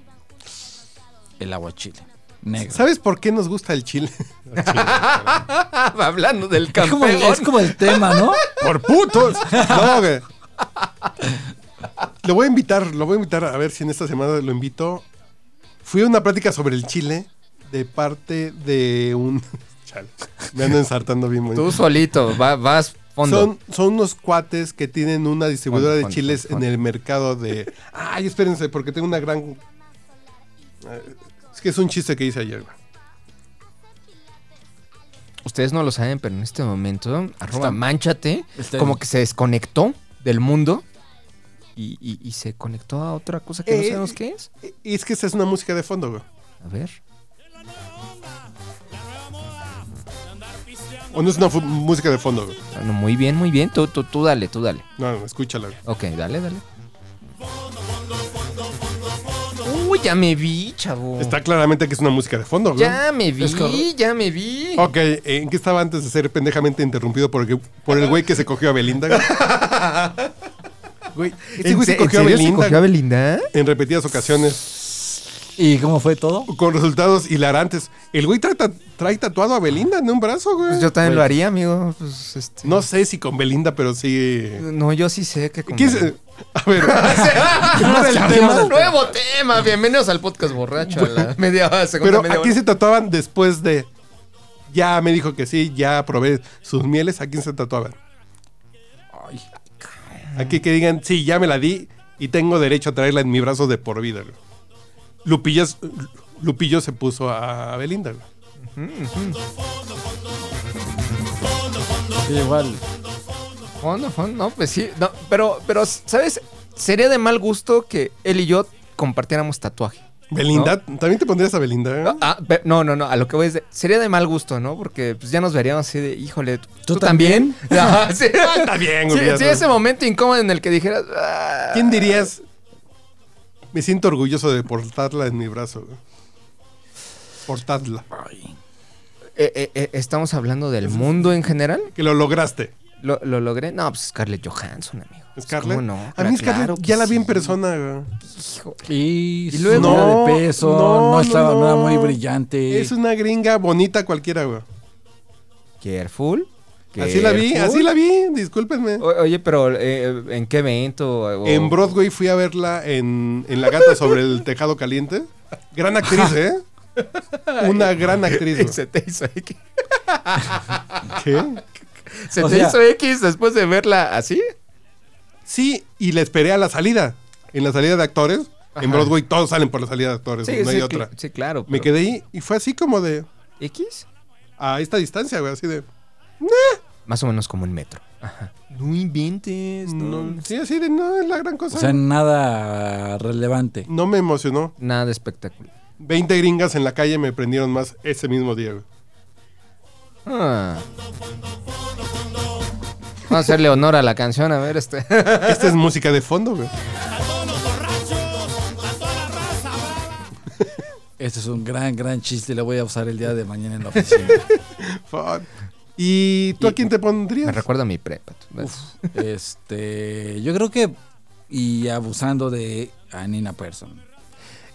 S3: El aguachile. Negro.
S1: ¿Sabes por qué nos gusta el chile? [LAUGHS]
S3: Ah,
S2: Hablando del
S3: Es como, el, es como el tema, [LAUGHS] ¿no?
S1: ¡Por putos! No, güey. Lo voy a invitar, lo voy a invitar a ver si en esta semana lo invito. Fui a una plática sobre el chile de parte de un. [LAUGHS] Chale, me ando ensartando bien, muy
S2: Tú solito, va- vas fondo.
S1: Son, son unos cuates que tienen una distribuidora
S2: Fondo,
S1: de
S2: fondo,
S1: chiles
S2: fondo, fondo.
S1: en el mercado de. Ay, espérense, porque tengo una gran. Eh, Es que es un chiste que hice ayer. güey.
S2: Ustedes no lo saben, pero en este momento, arroba
S3: Está-
S2: manchate,
S3: está-
S2: como que se desconectó del mundo y, y- y se conectó a otra cosa que no
S1: Eh,
S2: sabemos qué es.
S1: Y es que esa es una música de fondo, güey.
S2: A ver.
S1: O no es una fu- música de fondo, güey.
S2: Bueno, muy bien, muy bien. Tú, tú, tú dale, tú dale.
S1: No, no, escúchala. güey.
S2: Ok, dale, dale. Uy, ya me vi, chavo.
S1: Está claramente que es una música de fondo, güey.
S2: Ya me
S3: Es
S2: vi,
S3: correcto.
S2: ya me vi.
S1: Ok, eh, ¿en qué estaba antes de ser pendejamente interrumpido por el, por el güey que se cogió a Belinda?
S2: [LAUGHS]
S1: güey?
S2: Güey,
S1: este güey se cogió a Belinda.
S2: a Belinda?
S1: En repetidas ocasiones,
S3: ¿Y cómo fue todo?
S1: con resultados hilarantes. El güey trae, ta- trae tatuado a Belinda en un brazo, güey.
S2: Pues yo también
S1: Güey,
S2: lo haría, amigo. Pues, este...
S1: No sé si con Belinda, pero sí.
S2: No, yo sí sé que... como-
S1: ¿Qué es- [LAUGHS] A
S2: [LAUGHS]
S1: ver,
S2: Nos
S1: el
S2: cambiamos
S1: tema?
S2: de Nuevo tema. Bienvenidos al podcast borracho. a la media hora, segunda
S1: pero
S2: media
S1: ¿a quién
S2: hora.
S1: se tatuaban después de ya me dijo que sí, ya probé sus mieles? ¿A quién se tatuaban? Aquí que digan, sí, ya me la di y tengo derecho a traerla en mi brazo de por vida. güey. Lupillas- Lupillo se puso a Belinda. güey.
S3: Sí, igual.
S2: Fondo, fondo, no, pues sí. no, pero, pero, ¿sabes? Sería de mal gusto que él y yo compartiéramos tatuaje.
S1: Belinda, también te pondrías a Belinda. eh?
S2: No, ah, pe- no, no, no, a lo que voy es de- sería de mal gusto, ¿no? Porque pues ya nos veríamos así de, híjole, ¿tú, tú también?
S1: [LAUGHS]
S2: Ajá, sí.
S1: Ah, está bien, güey,
S2: Sí,
S1: ya
S2: sí,
S1: sabes.
S2: ese momento incómodo en el que dijeras, "Ah".
S1: ¿Quién dirías? Me siento orgulloso de portarla en mi brazo. güey"? Portarla.
S2: Eh, eh, eh, ¿Estamos hablando del mundo en general?
S1: Que lo lograste.
S2: ¿Lo, lo logré? No, pues Scarlett Johansson, amigo. Pues,
S1: Scarlett.
S2: ¿Cómo no?
S1: a mí Scarlett
S2: Claro que
S1: ya la vi en
S2: sí.
S1: persona. güey.
S2: Hijo,
S3: Y,
S2: Y luego-
S3: subida
S1: No,
S3: de peso,
S1: no,
S3: no, estaba
S1: no,
S3: no era
S1: no.
S3: muy brillante.
S1: Es una gringa bonita cualquiera, güey.
S2: Careful.
S1: Así la vi,
S2: careful.
S1: así la vi, discúlpenme.
S2: O- oye, pero eh, ¿en qué evento? O-
S1: En
S2: [LAUGHS]
S1: Broadway fui a verla en, en La Gata sobre el Tejado Caliente. Gran actriz,
S2: [LAUGHS]
S1: ¿eh? Una gran actriz. güey.
S2: Se te hizo X.
S1: ¿Qué?
S2: Se
S3: O
S2: te
S3: sea-
S2: hizo X después de verla así.
S1: Sí, y la esperé a la salida. En la salida de actores. En
S2: Ajá.
S1: Broadway todos salen por la salida de actores.
S2: Sí,
S1: Pues, no
S2: sí,
S1: hay
S2: cl-
S1: otra.
S2: sí, claro.
S1: Me
S2: pero-
S1: quedé ahí y fue así como de.
S2: ¿X?
S1: A esta distancia, güey. Así de.
S2: Más o menos como un metro. Ajá. No inventes.
S1: no, sí, así de. No es la gran cosa.
S3: O sea, nada relevante.
S1: no me emocionó.
S2: Nada de espectáculo.
S1: 20 gringas en la calle me prendieron más ese mismo día, güey.
S2: Ah. Vamos a hacerle honor a la canción, a ver este. [LAUGHS]
S1: Esta es música de fondo, güey.
S3: Este es un gran, gran chiste. Lo voy a usar el día de mañana en la [LAUGHS] oficina.
S1: Fuck. ¿Y tú a quién te
S2: Me
S1: pondrías?
S2: recuerda a mi prepa. tú ves.
S3: este, yo creo que. Y abusando de a Nina Persson.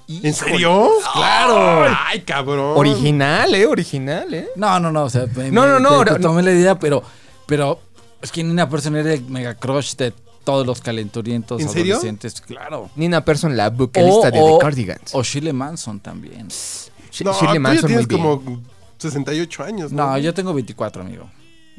S1: ¿En serio? ¡Claro! ¡Ay, cabrón!
S2: Original, eh, original, eh.
S3: No, no, no. O sea, me-
S2: No, no,
S3: me-
S2: no,
S3: te- te
S2: no, no.
S3: tomé la idea, pero. Pero es que Nina Persson era el mega crush de todos los calenturientos
S1: ¿En serio?
S3: adolescentes. Claro.
S2: Nina Persson, la vocalista de The Cardigans.
S3: o Shirley Manson también.
S2: Sh-
S1: No,
S2: Shirley
S1: tú ya
S2: Manson, muy
S1: tienes
S2: bien.
S1: como 68 años, ¿no?
S3: No, yo tengo 24, amigo.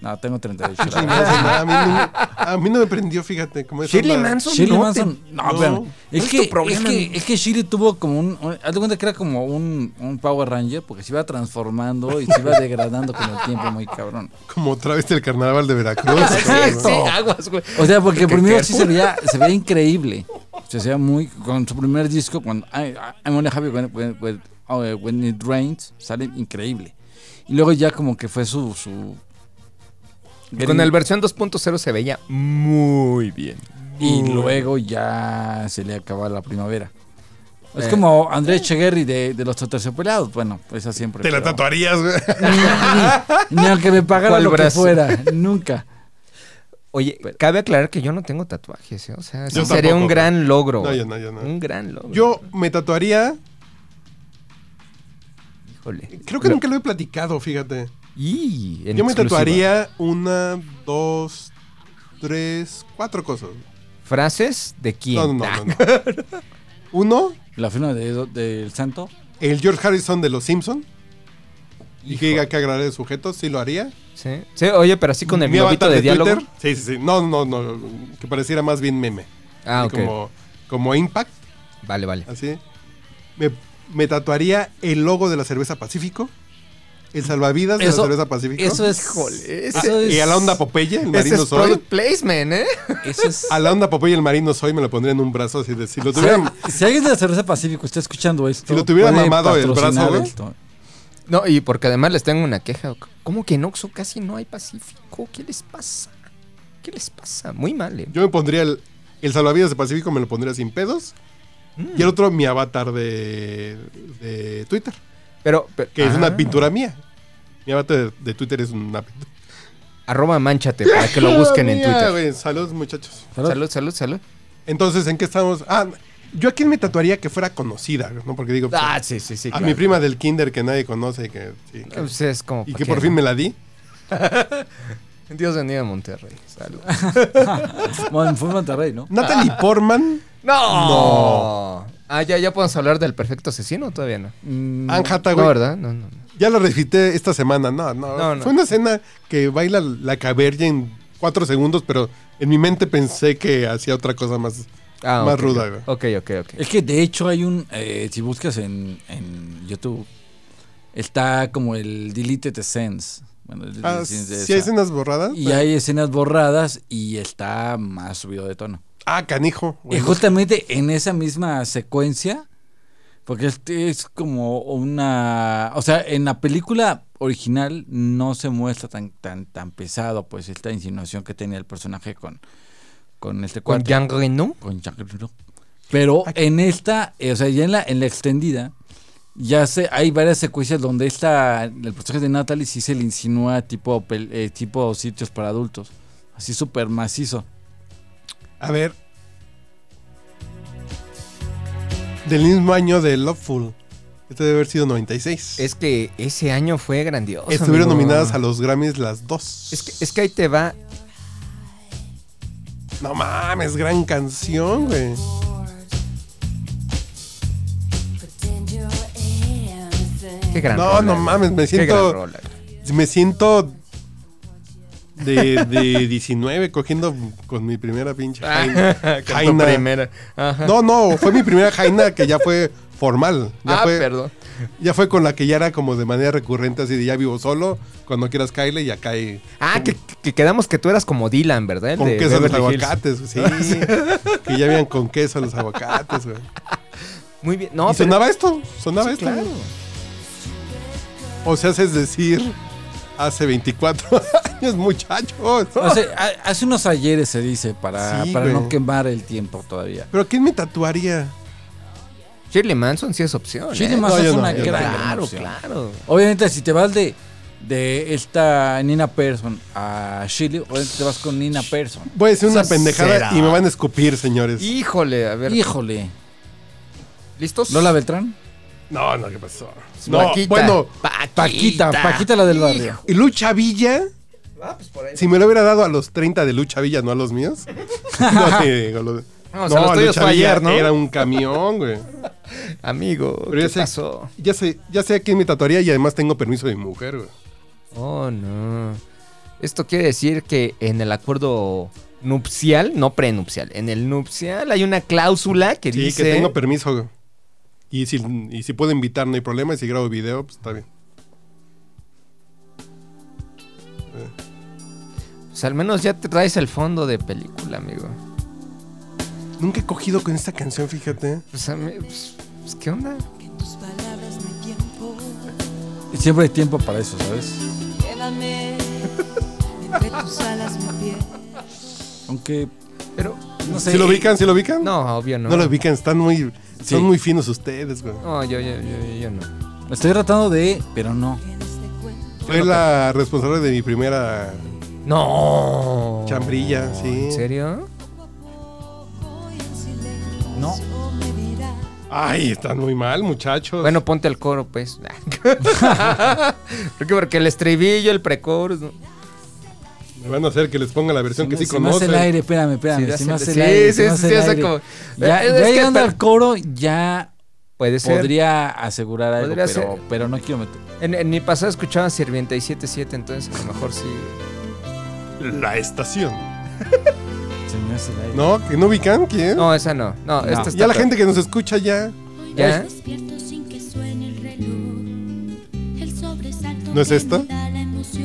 S3: No, tengo 38.
S2: Ah,
S1: Sí, no, o sea, no, a, mí no, a mí no me prendió, fíjate. Como esa
S2: Shirley
S1: onda.
S2: Manson,
S3: Shirley
S2: no te-
S3: Manson. No,
S1: no.
S3: espérame.
S2: ¿Cuál
S3: Es
S2: es
S3: que,
S2: tu
S3: es,
S2: problema, [LAUGHS]
S3: que,
S2: amigo?
S3: es que Shirley tuvo como un. un- haz de cuenta que era como un, un Power Ranger porque se iba transformando y se iba degradando con el tiempo, muy cabrón.
S1: Como otra vez del carnaval de
S2: [LAUGHS]
S1: Veracruz.
S2: Sí,
S1: Exacto.
S2: sí, aguas, güey.
S3: O sea,
S2: [LAUGHS]
S3: porque
S2: Qué
S3: primero sí
S2: careful.
S3: se veía, se veía increíble. Se veía muy. Con su primer disco, cuando I- I- I'm only happy when, when- when- oh, eh, when it rains, sale increíble. Y luego ya como que fue su. su
S2: Con el versión 2.0 se veía muy bien.
S3: Y
S2: Mm.
S3: luego ya se le acaba la primavera. Es
S2: Eh.
S3: como Andrés Cheguerri de, de los terciopelados. Bueno, pues esa siempre.
S1: Te la
S3: pero-
S1: tatuarías, güey.
S3: Ni aunque me pagara
S2: ¿Cuál
S3: lo que
S2: brazo?
S3: fuera. Nunca.
S2: Oye, cabe aclarar que yo no tengo tatuajes, ¿eh? o sea, sí
S1: Yo
S2: sería
S1: tampoco,
S2: un gran logro.
S1: No,
S2: güey.
S1: yo no, yo no.
S2: Un gran logro.
S1: Yo me tatuaría.
S2: híjole.
S1: Creo que
S2: Lo-
S1: nunca lo he platicado, fíjate.
S2: Y, en
S1: Yo me
S2: exclusiva.
S1: tatuaría una, dos, tres, cuatro cosas.
S2: frases de quién. Ah,
S1: No, no, no, no, no. Uno,
S3: La firma de- del santo.
S1: el George Harrison de Los Simpson. Y que diga que agradable sujeto, sí lo haría.
S2: ¿Sí? sí, oye, pero así con el
S1: Mi
S2: globito
S1: avatar
S2: de, diálogo.
S1: Twitter. Sí, sí, sí. No, no, no. Que pareciera más bien meme.
S2: Ah,
S1: Así
S2: ok.
S1: como, como Impact,
S2: Vale, vale.
S1: así. Me, me tatuaría el logo de la cerveza Pacífico. El salvavidas de
S3: Eso-
S1: la cerveza Pacífico.
S3: Eso es.
S2: Híjole,
S1: Ah,
S3: eso es.
S1: Y a la onda Popeye, el
S2: Ese
S1: marino
S2: es
S1: soy.
S2: product placement, ¿eh? [LAUGHS]
S3: Eso es.
S1: A la onda Popeye, el marino soy, me lo pondría en un brazo así de si lo tuvieran.
S3: Si alguien de la cerveza Pacífico está escuchando esto.
S1: Si lo tuviera
S3: puede
S1: mamado el brazo,
S3: patrocinar
S1: güey.
S3: esto.
S2: No, y porque además les tengo una queja. ¿Cómo que en Oxxo casi no hay Pacífico? ¿Qué les pasa? ¿Qué les pasa? Muy mal, ¿eh?
S1: Yo me pondría el, el salvavidas de Pacífico, me lo pondría sin pedos. Y el otro, mi avatar de, de Twitter,
S2: Pero, pero-
S1: que es
S2: ah,
S1: una pintura mía. Mi avatar de, de Twitter es una pintura.
S2: Arroba manchate para que lo busquen en
S1: mía,
S2: Twitter.
S1: güey. Saludos, muchachos.
S3: Salud.
S2: Salud, salud, salud.
S1: Entonces, ¿en qué estamos? Ah, yo a quién me tatuaría que fuera conocida, ¿no? Porque digo, pues,
S2: Ah, sí, sí, sí.
S1: a mi prima del kinder que nadie conoce que, sí, que-
S2: Pues es como.
S1: y
S2: pa'
S1: que
S2: qué,
S1: por fin
S2: ¿no?
S1: me la di.
S2: Dios bendiga a Monterrey.
S1: [LAUGHS]
S2: Salud.
S3: Bueno, fue en Monterrey, ¿no?
S1: Natalie
S2: [LAUGHS]
S1: Portman,
S2: ¡No! Ah, ya, ya podemos hablar del perfecto asesino, o todavía no.
S3: Mm,
S1: Anne Hathaway.
S2: No, ¿verdad? No, no, no.
S1: Ya la recité esta semana. No, no,
S2: No, no.
S1: Fue una escena que baila la caverna en cuatro segundos, pero en mi mente pensé que hacía otra cosa más
S2: Ah,
S1: más
S2: ok,
S1: ruda, güey. Eh,
S2: Ok, ok, ok.
S3: Es que de hecho hay un. eh, si buscas en, en YouTube, está como el Deleted Scenes. Bueno, el
S1: Ah,
S3: deleted scenes de
S1: ¿sí hay
S3: esa.
S1: escenas borradas?
S3: Y hay escenas borradas y está más subido de tono.
S1: Ah, canijo. güey.
S3: Y justamente en esa misma secuencia, porque este es como una. O sea, en la película original no se muestra tan tan tan pesado, pues, esta insinuación que tenía el personaje con, con este
S2: Con
S3: cuarto.
S2: Jean Reno.
S3: Con Jean-Claude Van Damme. Pero en esta, eh, o sea, ya en la, en la extendida, ya se, hay varias secuencias donde esta, el personaje de Natalie sí se le insinúa tipo, pel- eh, tipo sitios para adultos. Así súper macizo.
S1: A ver. Del mismo año de Loveful. Este debe haber sido 96.
S2: Es que ese año fue grandioso.
S1: Estuvieron
S2: amigo.
S1: nominadas a los Grammys las dos.
S2: Es que, es que ahí te va.
S1: No mames, gran canción, güey.
S2: Qué gran
S1: No,
S2: rola,
S1: no
S2: güey.
S1: mames, me
S2: Qué
S1: siento-
S2: gran rola, güey.
S1: Me siento de,
S2: [LAUGHS]
S1: de 19 cogiendo con mi primera
S2: Ah.
S1: pinche [LAUGHS] jaina.
S2: Con tu
S1: Jaina.
S2: primera. Ajá.
S1: No, no, fue mi primera jaina que ya fue formal. Ya,
S2: ah,
S1: fue,
S2: perdón.
S1: ya fue con la que ya era como de manera recurrente, así de ya vivo solo, cuando quieras caile y acá hay
S2: Ah, que, que quedamos que tú eras como Dylan, ¿verdad? El
S1: con
S2: de
S1: queso a los
S2: Beverly Hills.
S1: aguacates,
S2: [LAUGHS]
S1: sí. que ya habían con queso a los aguacates, güey.
S2: Muy bien. No,
S1: y
S2: pero-
S1: sonaba esto, sonaba
S2: Sí,
S1: esto.
S2: claro.
S1: güey. O sea, es decir, hace 24 [LAUGHS] años, muchachos.
S3: Hace, a- hace unos ayeres se dice para,
S1: Sí,
S3: para
S1: güey.
S3: no quemar el tiempo todavía.
S1: Pero ¿quién me tatuaría?
S2: Shirley Manson sí es opción.
S3: Shirley
S2: ¿eh?
S3: Manson
S1: No, yo
S3: es
S1: no,
S3: una
S1: yo no.
S3: gran
S2: Claro,
S3: opción.
S2: claro.
S3: Obviamente, si te vas de, de esta Nina Persson a Shirley, obviamente te vas con Nina Persson.
S1: Voy a decir una
S2: Esa
S1: pendejada
S2: será.
S1: y me van a escupir, señores.
S2: Híjole, a ver.
S3: Híjole.
S2: ¿Listos?
S3: ¿Lola Beltrán?
S1: No, no, ¿qué pasó? No,
S2: Paquita.
S1: bueno,
S3: Paquita, Paquita la del barrio.
S1: ¿y Lucha Villa? Si me lo hubiera dado a los 30 de Lucha Villa, no a los
S2: [LAUGHS]
S1: míos. no, sí, digo, lo-
S2: No, o sea, los tuyos fue ayer, ¿no?
S1: Era un camión,
S2: [LAUGHS]
S1: güey.
S2: Amigo,
S1: Pero ya
S2: ¿qué
S1: sé-
S2: pasó?
S1: Ya sé, ya sé a quién me tatuaría y además tengo permiso de mi mujer, güey.
S2: Oh, no. Esto quiere decir que en el acuerdo nupcial, no prenupcial, en el nupcial hay una cláusula que
S1: Sí,
S2: dice...
S1: que tengo permiso, güey. Y si, y si puedo invitar, no hay problema. Y si grabo video, pues está bien.
S2: Pues al menos ya te traes el fondo de película, amigo.
S1: Nunca he cogido con esta canción, fíjate.
S2: Pues, a mí- pues, pues, ¿qué onda?
S7: Tus palabras no hay
S8: [LAUGHS]
S7: tiempo.
S3: Siempre hay tiempo para eso, ¿sabes?
S7: Llévame entre tus alas, mi piel.
S3: Aunque
S2: Pero,
S3: no sé.
S1: ¿Sí lo ubican? ¿Sí lo ubican?
S2: no, obvio no.
S1: No lo ubican, están muy,
S3: Sí.
S1: son muy finos ustedes, güey.
S2: No, yo, yo, yo, yo no.
S3: Estoy tratando de, pero no.
S1: Fue la responsable de mi primera
S2: ¡No!
S1: chambrilla, sí.
S2: ¿En serio?
S3: No.
S1: Ay, están muy mal, muchachos.
S2: Bueno, ponte el coro, pues. [LAUGHS] porque, porque el estribillo, el precoro... ¿no?
S1: me van a hacer que les ponga la versión que sí
S3: si me hace
S1: conocen.
S3: el aire, espérame, espérame.
S2: Sí,
S3: si
S2: hace-
S3: me hace
S2: sí,
S3: el aire.
S2: sí,
S3: me hace
S2: sí,
S3: el
S2: hace
S3: aire.
S2: como-
S3: Ya,
S2: Es
S3: ya
S2: que
S3: llegando
S2: per-
S3: al coro, ya
S2: Puede ser.
S3: podría asegurar algo,
S2: Podría
S3: pero,
S2: ser.
S3: pero no quiero meter.
S2: En, en mi pasado escuchaba Sirvienta y 77, entonces a lo mejor sí.
S1: La estación.
S3: Se me hace el aire.
S1: ¿No? ¿Que no ubican? ¿Quién?
S2: No, esa no. No,
S3: No.
S2: esta está.
S1: ya la
S2: peor.
S1: gente que nos escucha ya.
S2: ¿Ya?
S9: Despierto sin que suene el reloj. El sobresalto
S1: ¿No es
S9: que
S1: esta?
S9: me da la emoción.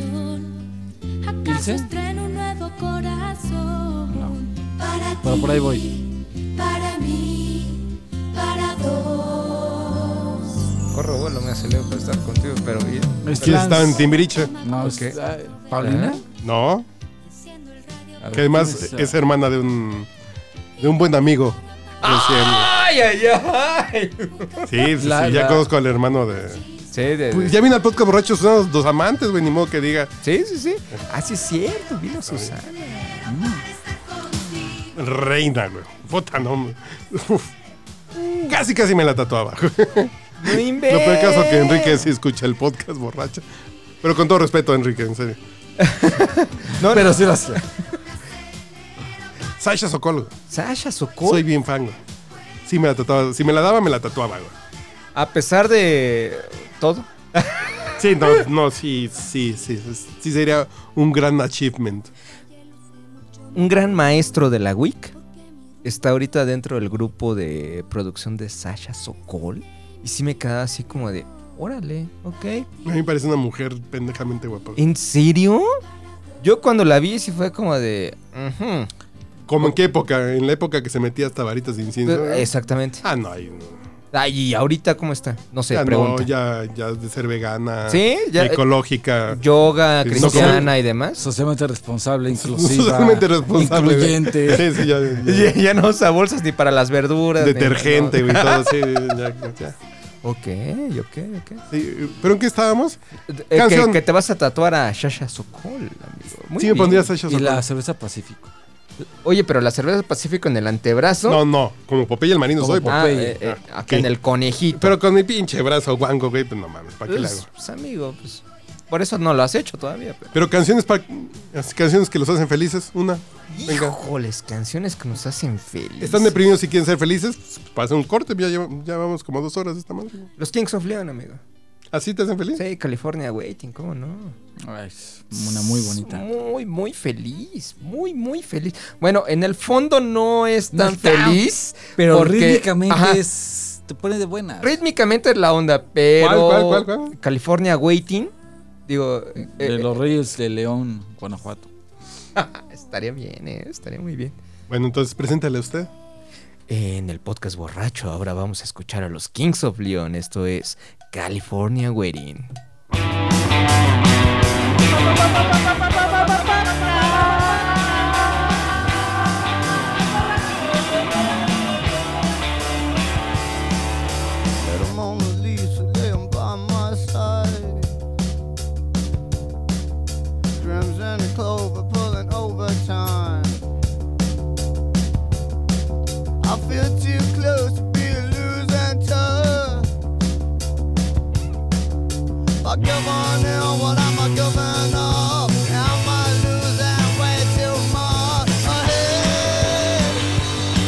S3: ¿Ilse?
S9: ¿Acaso estreno un nuevo corazón? Para
S3: Pero
S9: ti,
S3: por ahí voy.
S9: para mí, para dos.
S2: Corro, vuelo, me acelero para estar contigo, pero bien.
S3: Es
S1: ¿Quién está en
S3: Flans.
S1: Timbiriche?
S3: No,
S2: Ok.
S3: es- ah, ¿Paulina?
S1: No.
S9: Enciendo el radio.
S3: A ver,
S1: Que además
S3: ¿quién
S1: es,
S3: esa?
S1: hermana de un de un buen amigo.
S3: Ah.
S1: Recién.
S2: ¡Ay, ay, ay!
S1: Sí, sí,
S3: La-
S1: sí, ya
S3: la-
S1: conozco al hermano de.
S2: Sí, de- de-
S1: Pues ya vino al podcast borracho, son los dos amantes, güey, ni modo que diga.
S2: sí, sí, sí. Ah, sí, es cierto, vino Susana.
S1: Reina, güey. Puta, no. Uf. Casi, casi me la tatuaba.
S2: No
S1: Lo peor
S2: inventes.
S1: caso que
S2: Eh.
S1: Enrique sí escucha el podcast borracho. Pero con todo respeto, Enrique, en serio.
S2: [LAUGHS] No,
S3: Pero
S2: no.
S3: sí lo hacía.
S1: Sasha Sokol, güey.
S2: Sasha Sokol.
S1: soy bien fan, güey. Sí me la tatuaba. Si me la daba, me la tatuaba, güey.
S2: A pesar de todo.
S1: Sí, no, no, sí, sí, sí. Sí, sí sería un gran achievement.
S2: Un gran maestro de la WIC. está ahorita dentro del grupo de producción de Sasha Sokol. Y sí me quedaba así como de, órale, ok.
S1: A mí me parece una mujer pendejamente guapa.
S2: ¿En serio? Yo cuando la vi sí fue como de... ujú.
S1: ¿Cómo en qué época? En la época que se metía hasta varitas de incienso.
S2: Pero- exactamente.
S1: Ah, no, ahí no.
S2: Ay, ¿y ahorita cómo está? No sé,
S1: ya
S2: pregunta.
S1: no, ya, ya de ser vegana.
S2: Sí, ya- eh,
S1: Ecológica.
S2: Yoga,
S1: Sí,
S2: cristiana y demás.
S3: Socialmente responsable, inclusiva.
S1: Socialmente responsable. güey.
S3: Incluyente.
S1: Sí, sí, ya. ya.
S2: [LAUGHS] Ya, ya no usa bolsas ni para las verduras. ni-
S1: Detergente, güey, todo así. ya, ya.
S2: Ok, [LAUGHS] ok, ok.
S1: Sí, ¿Pero en qué estábamos?
S2: Eh, que-
S1: Canción.
S2: Que, te vas a tatuar a Shasha Sokol, amigo. Muy
S1: sí, me
S2: bien.
S1: pondría Sasha
S3: Y
S1: Sokol.
S3: la cerveza Pacífico.
S2: Oye, pero la cerveza Pacífico en el antebrazo.
S1: No, no, como Popeye el marino
S3: Como
S1: soy.
S2: Ah,
S3: Popeye.
S2: eh, eh, acá
S1: ok.
S2: en el conejito.
S1: Pero con mi pinche brazo guango, güey, pues no mames, ¿para qué le hago?
S2: Pues, pues, amigo, pues, por eso no lo has hecho todavía. pero-
S1: Pero canciones para canciones que los hacen felices, una. Venga.
S2: Híjoles, canciones que nos hacen felices.
S1: Están deprimidos y quieren ser felices, pues, pasen un corte, ya, lleva- ya vamos como dos horas esta madre. güey.
S2: Los Kings of Leon, amigo.
S1: ¿Así te hacen feliz?
S2: Sí, California Waiting, ¿cómo no?
S3: Ay, es una muy bonita.
S2: Muy, muy feliz. Muy, muy feliz. Bueno, en el fondo no es
S3: No
S2: tan
S3: está,
S2: feliz.
S3: Pero
S2: porque-
S3: rítmicamente
S2: ajá,
S3: es. Te pone de buena.
S2: Rítmicamente es la onda, pero.
S1: ¿Cuál, cuál, cuál, cuál?
S2: California Waiting. Digo, eh,
S3: De
S2: eh,
S3: los Reyes de León,
S1: [LAUGHS]
S3: Guanajuato.
S2: [LAUGHS] estaría bien, eh, estaría muy bien.
S1: Bueno, entonces preséntale a usted.
S2: En el podcast borracho, ahora vamos a escuchar a los Kings of Leon. Esto es California Waiting.
S10: Little Mona Lisa laying by my side. Drums and a clover pulling overtime. I feel too close to be a losing touch. I give on in what I'm a giving up. Am I losing way too much? Ahead,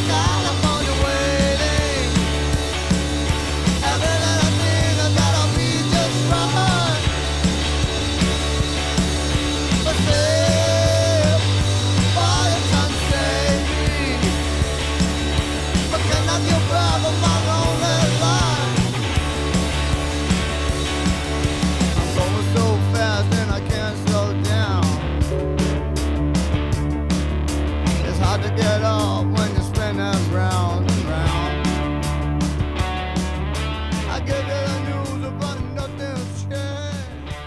S10: California waiting. Every little thing I gotta be just right. But still, why you can't save me? But can I give up on my lonely life? I'm going so fast and I can't slow down. It's hard to get up when you're spinning round and round. I give you the news about nothing's changed.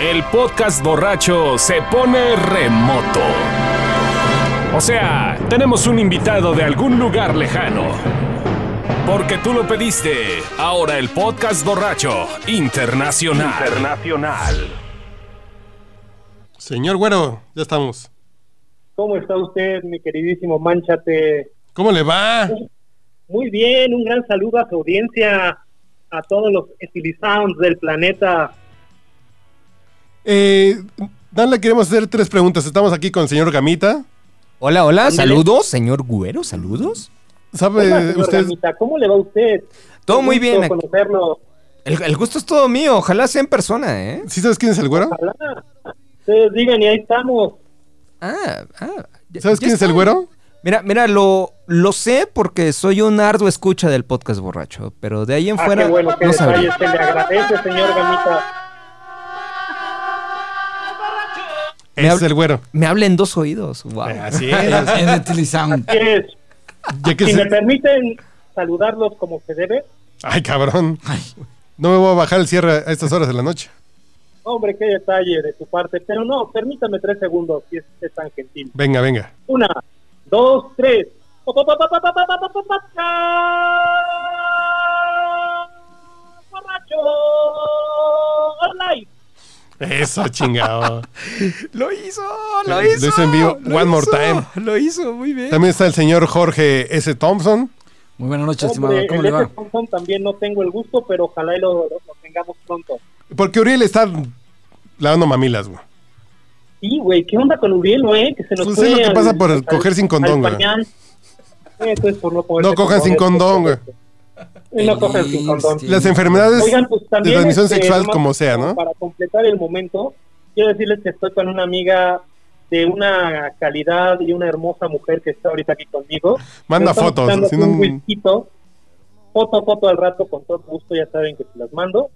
S4: El podcast borracho se pone remoto. O sea, tenemos un invitado de algún lugar lejano. Porque tú lo pediste. Ahora el podcast borracho internacional. Internacional.
S1: Señor Güero, ya estamos.
S11: ¿Cómo está usted, mi queridísimo Manchate?
S1: ¿Cómo le va?
S11: Muy bien, un gran saludo a su audiencia, a todos los estilizados del planeta.
S1: Eh, Dan, le queremos hacer tres preguntas. Estamos aquí con el señor Gamita.
S2: Hola, hola,
S11: Ándale.
S2: saludos, señor Güero, saludos.
S1: ¿Sabe
S11: Hola, señor
S1: usted?
S11: Ramita, ¿Cómo le va a usted?
S2: Pues, Todo
S11: Un
S2: muy
S11: gusto
S2: bien. aquí-
S11: conocerlo.
S2: El, el gusto es todo mío, ojalá sea en persona, ¿eh?
S1: ¿Sí sabes quién es el Güero?
S11: Ojalá. Ustedes digan y ahí estamos.
S2: Ah, ah. ya-
S1: ¿Sabes
S2: ya
S1: quién es el
S2: está.
S1: Güero?
S2: Mira, mira, lo, lo sé porque soy un arduo escucha del podcast borracho, pero de ahí en
S11: Ah,
S2: fuera
S11: qué bueno que
S2: no
S11: detalle,
S2: sabría.
S11: se le agradece, señor Gamita.
S2: Me
S1: Es
S2: hab-
S1: el Güero. Eh,
S2: Me habla Ah. en dos oídos, wow.
S11: [LAUGHS]
S1: Así es.
S3: En el Tilly Sound.
S11: ¿Quieres?
S1: Ya que
S11: Si
S1: se-
S11: me permiten saludarlos como se debe.
S1: Ay, cabrón.
S3: Ay.
S1: No me voy a bajar el cierre a estas horas de la noche.
S11: Hombre, qué detalle de su parte. Pero no, permítame tres segundos, si es usted tan gentil.
S1: Venga, venga.
S11: Una, dos, tres. Borracho online.
S1: Eso,
S2: [LAUGHS]
S1: chingado.
S2: [LAUGHS] Lo hizo,
S1: Lo hizo en vivo, one more time.
S2: Lo hizo, muy bien.
S1: También está el señor Jorge S. Thompson.
S3: Muy buenas noches, estimado.
S11: Hombre,
S3: ¿Cómo
S11: el
S3: le
S11: de [LAUGHS]
S3: va?
S11: Thompson también no tengo el gusto, pero ojalá y lo, lo tengamos pronto.
S1: Porque Uriel está lavando mamilas, güey.
S11: Sí, güey, ¿qué onda con Uriel, güey? Que se nos
S1: Pues
S11: fue
S1: es lo que
S11: al-
S1: pasa por
S11: al-
S1: coger sin condón,
S11: al
S1: güey.
S11: pañal. Eso es por no coger
S1: No cojan sin condón, güey.
S11: No cojan sin condón.
S1: Las enfermedades
S11: Oigan, pues
S1: de
S11: también.
S1: transmisión
S11: este,
S1: sexual,
S11: nomás
S1: como sea, ¿no?
S11: Para completar el momento, quiero decirles que estoy con una amiga de una calidad y una hermosa mujer que está ahorita aquí conmigo.
S1: Manda
S11: Estamos
S1: fotos,
S11: echando
S1: si no-
S11: un whiskito. foto, foto al rato con todo gusto, ya saben que se las mando.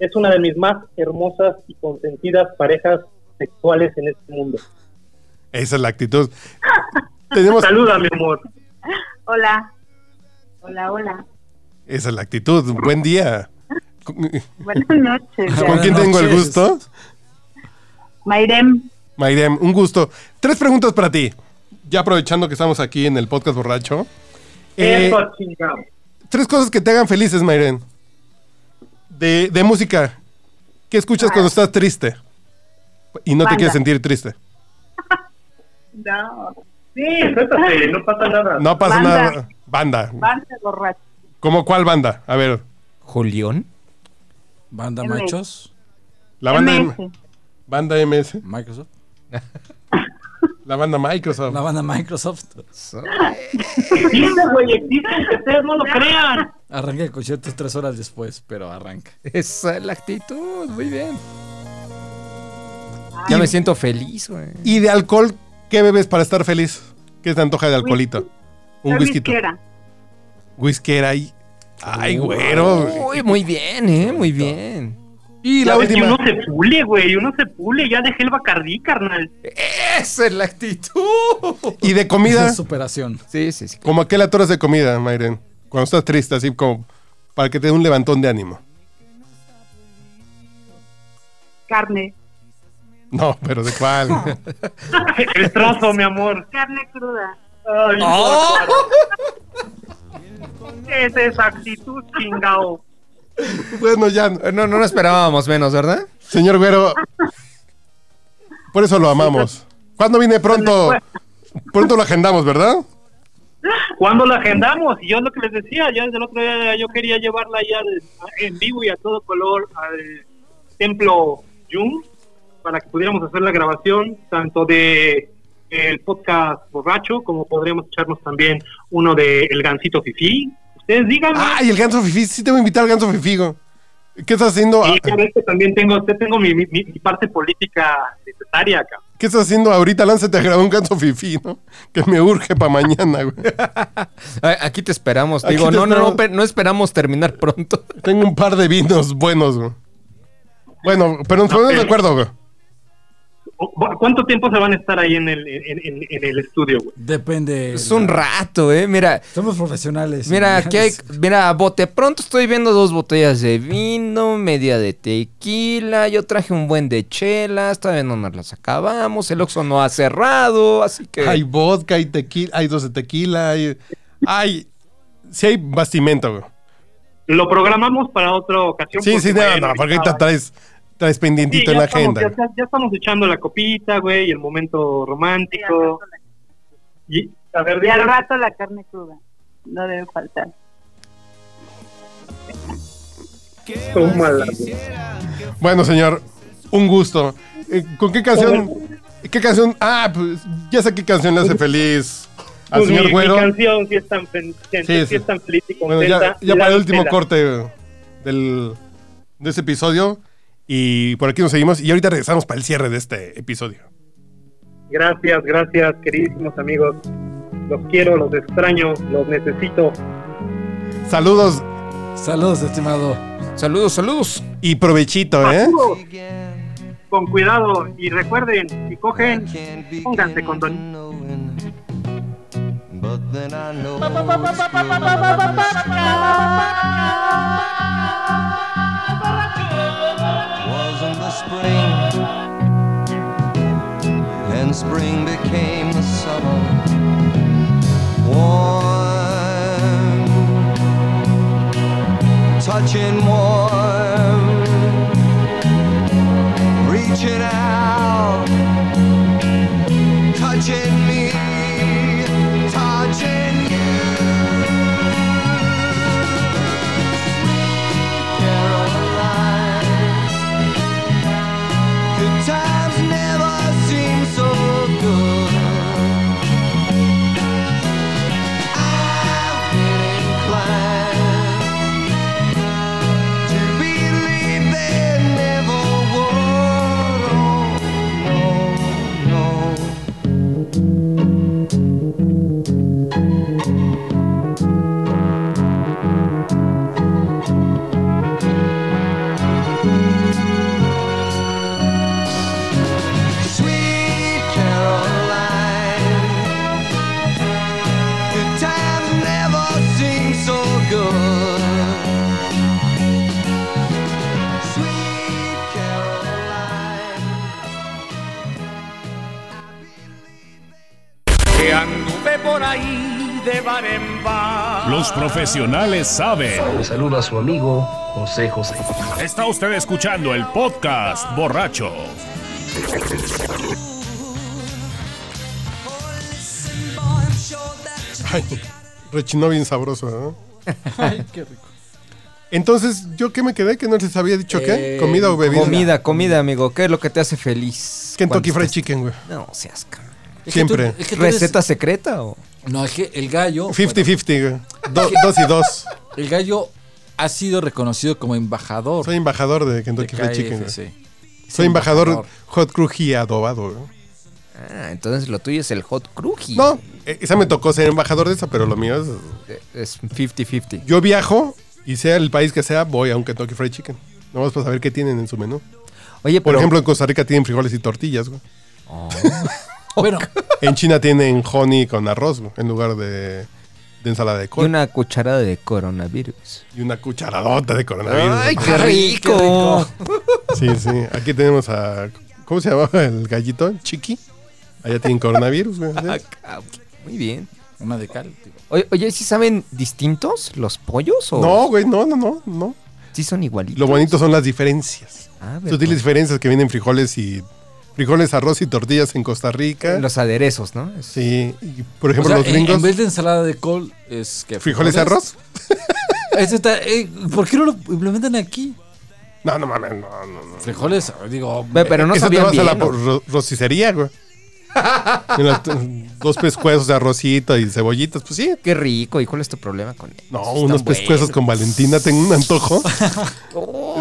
S11: Es una de mis más hermosas y consentidas parejas sexuales en este mundo.
S1: Esa es la actitud.
S11: [LAUGHS]
S1: Tenemos,
S11: Saluda, mi amor.
S8: Hola. Hola, hola.
S1: esa es la actitud. Buen día. ¿Con, [LAUGHS]
S8: Buenas noches.
S1: ¿con quién tengo el gusto?
S8: Mayrem.
S1: Mayrem, un gusto. Tres preguntas para ti. Ya aprovechando que estamos aquí en el podcast borracho. Eh,
S11: Eso, chingado.
S1: tres cosas que te hagan felices, Mayrem. De, de música. ¿Qué escuchas cuando estás triste? Y no te
S8: Banda.
S1: quieres sentir triste.
S8: No. Sí.
S11: Suéltate, no pasa nada.
S1: No pasa
S8: Banda.
S1: nada. Banda.
S8: Banda borracho.
S1: ¿Cómo cuál banda? A ver.
S2: ¿Julión?
S3: Banda
S8: MS.
S3: Machos,
S1: La banda
S8: MS.
S1: M- banda MS.
S3: Microsoft.
S1: La banda Microsoft.
S3: La banda Microsoft.
S11: Existe, güey, existe, que ustedes no lo crean.
S3: Arranca el concierto tres horas después, pero arranca.
S2: Esa es la actitud, muy bien. Ya me siento feliz, güey.
S1: ¿Y de alcohol qué bebes para estar feliz? ¿Qué te antoja de alcoholito? Un
S8: Soy
S1: whisky.
S8: disquera.
S1: Whiskera y. Ay, güero.
S2: Uy, muy bien, eh, muy bien.
S1: Y
S11: Ya
S1: la
S11: ves que
S1: última.
S11: uno se pule, güey, uno se pule. Ya dejé el bacardí, carnal.
S2: Esa es la actitud.
S1: Y de
S3: Esa
S1: comida.
S3: es superación.
S2: Sí, sí, sí.
S1: Como aquel atoras de comida, Mayren. Cuando estás triste, así como para que te dé un levantón de ánimo.
S8: Carne.
S1: No, pero ¿de cuál?
S11: El trozo, mi amor.
S8: Carne cruda.
S11: Ay,
S2: ¡Oh!
S11: ¿Qué es esa actitud, chingao?
S1: bueno, ya.
S2: No, no lo esperábamos menos, ¿verdad?
S1: Señor güero. Por eso lo amamos. ¿Cuándo viene pronto? Pronto lo agendamos, ¿verdad?
S11: ¿Cuándo la agendamos? Y yo es lo que les decía, yo desde el otro día yo quería llevarla ya de- a- en vivo y a todo color al templo Yum para que pudiéramos hacer la grabación tanto de el podcast borracho como podríamos echarnos también uno de El Gancito Fifi. Ustedes díganme.
S1: Ay, el ganso fifí. Sí te voy a invitar al ganso fifigo. ¿Qué estás haciendo?
S11: Y
S1: a-
S11: ya ves que también tengo, yo tengo mi, mi- mi parte política necesaria acá.
S1: ¿Qué estás haciendo ahorita? Lánzate a grabar un canto fifí, ¿no? Que me urge para mañana, güey.
S2: A- Aquí te esperamos.
S1: Aquí
S2: Digo,
S1: te
S2: no, no, no,
S1: esperamos.
S2: pe- no esperamos terminar pronto.
S1: Tengo un par de vinos buenos, güey. Bueno, pero nos ponemos de acuerdo, güey.
S11: O- ¿Cuánto tiempo se van a estar ahí en el, en, en- en el estudio, güey?
S3: Depende.
S2: Es un rato, eh. Mira,
S3: Somos profesionales.
S2: mira,
S3: Y-
S2: aquí hay, mira, a bote pronto estoy viendo dos botellas de vino, media de tequila, yo traje un buen de chelas, todavía no nos las acabamos, el Oxxo no ha cerrado, así
S11: Eh.
S2: que...
S1: Hay vodka, hay tequila, hay dos de tequila, hay. hay sí, hay bastimento, güey.
S11: Lo programamos para otra ocasión.
S1: Sí,
S11: porque,
S1: sí, no,
S11: bueno,
S1: no, porque ahorita
S11: ahorita-
S1: traes, traes
S11: Sí,
S1: pendientito
S11: ya
S1: en la
S11: estamos-
S1: agenda.
S11: Ya, ya estamos echando la copita, güey, y el momento
S8: Y al
S11: romántico.
S8: rato la-
S11: Y, a ver,
S8: Y al
S11: dime,
S8: rato la carne cruda. No debe faltar.
S11: tómala, güey.
S1: Bueno, señor, un gusto. Eh, ¿Con qué canción? ¿Qué canción? Ah, pues ya sé qué canción le hace feliz al
S11: Pues mi-
S1: señor
S11: mi
S1: Güero.
S11: canción sí es tan, fen- sí,
S1: Sí,
S11: sí es
S1: sí.
S11: tan feliz y
S1: Bueno, ya,
S11: contenta.
S1: ya
S11: Y
S1: para
S11: la
S1: el último
S11: pela.
S1: corte del, de este episodio. Y por aquí nos seguimos. Y ahorita regresamos para el cierre de este episodio.
S11: Gracias, gracias, queridísimos amigos. Los quiero, los extraño, los necesito.
S1: Saludos
S3: Saludos, estimado.
S2: Saludos, saludos.
S1: y provechito, ¿eh?
S11: Con cuidado y recuerden, si cogen, pónganse condón.
S10: But then I know was in the spring, and spring became the summer. Warm, touching warm, reaching out, touching me, touching you. Sweet Caroline. Good times never seem so good. I've been inclined to
S12: por ahí de bar en bar.
S4: Los profesionales saben.
S13: Le saluda a su amigo José José.
S4: Está usted escuchando el podcast borracho.
S1: Ay, rechinó bien sabroso, ¿no?
S3: [LAUGHS] Ay, qué rico.
S1: Entonces, ¿yo qué me quedé? ¿Que no les había dicho
S3: Eh,
S1: qué? ¿Comida o bebida?
S2: Comida, comida, amigo. ¿Qué es lo que te hace feliz?
S1: Kentucky Fried
S2: ¿Cuántos-
S1: Chicken, güey.
S2: No, seas ca-
S1: Es que tú- Siempre. es que tú eres-
S2: ¿Receta secreta o...?
S3: No, es que el gallo.
S1: 50-50, güey.
S3: [LAUGHS]
S1: Do- dos y dos.
S3: El gallo ha sido reconocido como embajador.
S1: Soy embajador de Kentucky Fried Chicken, güey.
S3: KFC.
S1: Soy embajador,
S3: embajador.
S1: hot cruji adobado, güey.
S2: Ah, entonces lo tuyo es el hot cruji.
S1: No, eh, esa me tocó ser embajador de esa, pero lo mío es...
S2: Es 50-50.
S1: Yo viajo y sea el país que sea, voy a un Kentucky Fried Chicken. Vamos para saber qué tienen en su menú.
S2: Oye,
S1: Por
S2: pero-
S1: ejemplo, en Costa Rica tienen frijoles y tortillas, güey.
S2: Oh. [LAUGHS]
S3: Bueno,
S1: En China tienen honey con arroz, güey, en lugar de, de ensalada de
S2: Y
S1: col.
S2: una cucharada de coronavirus.
S1: Y una cucharadota de coronavirus.
S2: ¡Ay,
S1: ¿no?
S2: qué rico!
S1: Sí, sí. Aquí tenemos a... ¿Cómo se llamaba el gallito? Chiqui. Allá tienen coronavirus, güey.
S2: Muy bien.
S3: Una de cal. tío.
S2: Oye, oye, ¿sí saben distintos los pollos? O
S1: No, güey, no, no, no, no.
S2: ¿Sí son igualitos?
S1: Lo bonito son las diferencias.
S2: Ah, ¿verdad?
S1: Sutiles diferencias que vienen frijoles y... Frijoles, arroz y tortillas en Costa Rica.
S2: Los aderezos, ¿no? Es-
S1: Sí. y, por ejemplo,
S3: O sea,
S1: los
S3: en-
S1: gringos...
S3: En vez de ensalada de col, es que.
S1: ¿Frijoles y arroz?
S3: Eso está, eh, ¿Por qué no lo implementan aquí?
S1: No, no mames, no, no, no.
S3: Frijoles, digo.
S2: Ve, pero no
S1: Eso te
S2: sabían
S1: vas
S2: bien.
S1: a la
S2: ¿no?
S1: por- ro- rosicería,
S2: [LAUGHS]
S1: güey. En las- dos pescuezos de arrocito y cebollitas, pues sí.
S2: Qué rico. ¿Y cuál es tu problema con eso?
S1: No,
S2: Están
S1: unos pescuezos con Valentina, tengo un antojo.
S2: buenos.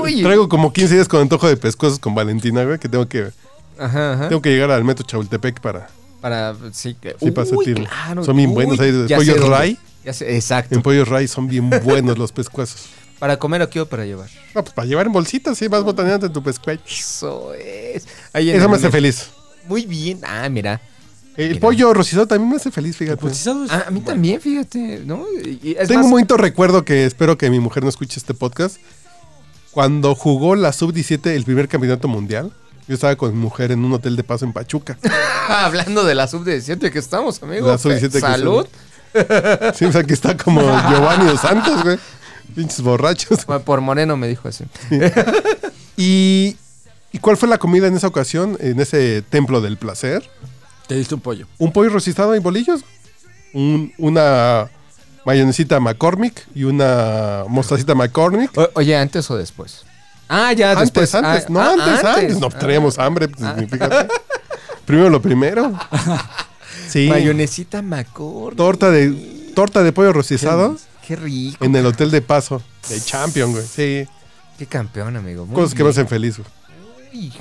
S2: Uy.
S1: Traigo como 15 días con antojo de pescuezos con Valentina, güey, que tengo que
S2: Ajá, ajá.
S1: tengo que llegar al metro Chapultepec para
S2: Para... Sí, que...
S1: Sí, para
S2: Uy,
S1: sentirlo.
S2: claro.
S1: Son bien
S2: Uy,
S1: buenos ahí de
S2: ya sé
S1: pollo
S2: dónde.
S1: ray.
S2: Ya sé, exacto.
S1: en Pollos Ray son bien buenos los pescuezos.
S2: ¿Para comer o qué o para llevar?
S1: No, pues para llevar en bolsitas, sí, vas botaneando en tu pescuezo.
S2: Eso es. Ahí en
S1: Eso
S2: el
S1: me hace
S2: metro.
S1: feliz.
S2: Muy bien. Ah, mira.
S1: El
S2: Mira.
S1: pollo rosizado también me hace feliz, fíjate.
S3: Rostizado es-
S2: Ah, a mí también, fíjate, ¿no? Y- y es
S1: Tengo
S2: más-
S1: un bonito recuerdo que espero que mi mujer no escuche este podcast. Cuando jugó la Sub-17 el primer campeonato mundial, yo estaba con mi mujer en un hotel de paso en
S2: [LAUGHS]
S1: Pachuca.
S2: Hablando de la sub-17 que estamos, amigo.
S1: La sub-17 que
S2: Salud.
S1: Sí, o sea, que está como Giovanni dos Santos, güey. Pinches borrachos.
S2: Fue Por Moreno me dijo así.
S1: Y, ¿Y cuál fue la comida en esa ocasión, en ese templo del placer?
S3: Te diste un pollo.
S1: Un pollo rocizado en bolillos, un- una mayonesita McCormick y una mostacita McCormick.
S2: O- oye, antes o después. Ah, ya,
S1: antes,
S2: después.
S1: antes,
S2: Ah,
S1: no,
S2: ah,
S1: antes, antes, No, teníamos hambre, pues, fíjate. Primero lo
S2: [LAUGHS]
S1: primero. Sí.
S2: Mayonesita Macor.
S1: Torta de, torta de pollo rocizado
S2: Qué rico.
S1: en el Hotel de Paso de Champion, güey. Sí.
S2: Qué campeón, amigo. muy
S1: Cosas que me
S2: bien.
S1: hacen feliz, güey.
S2: Uy,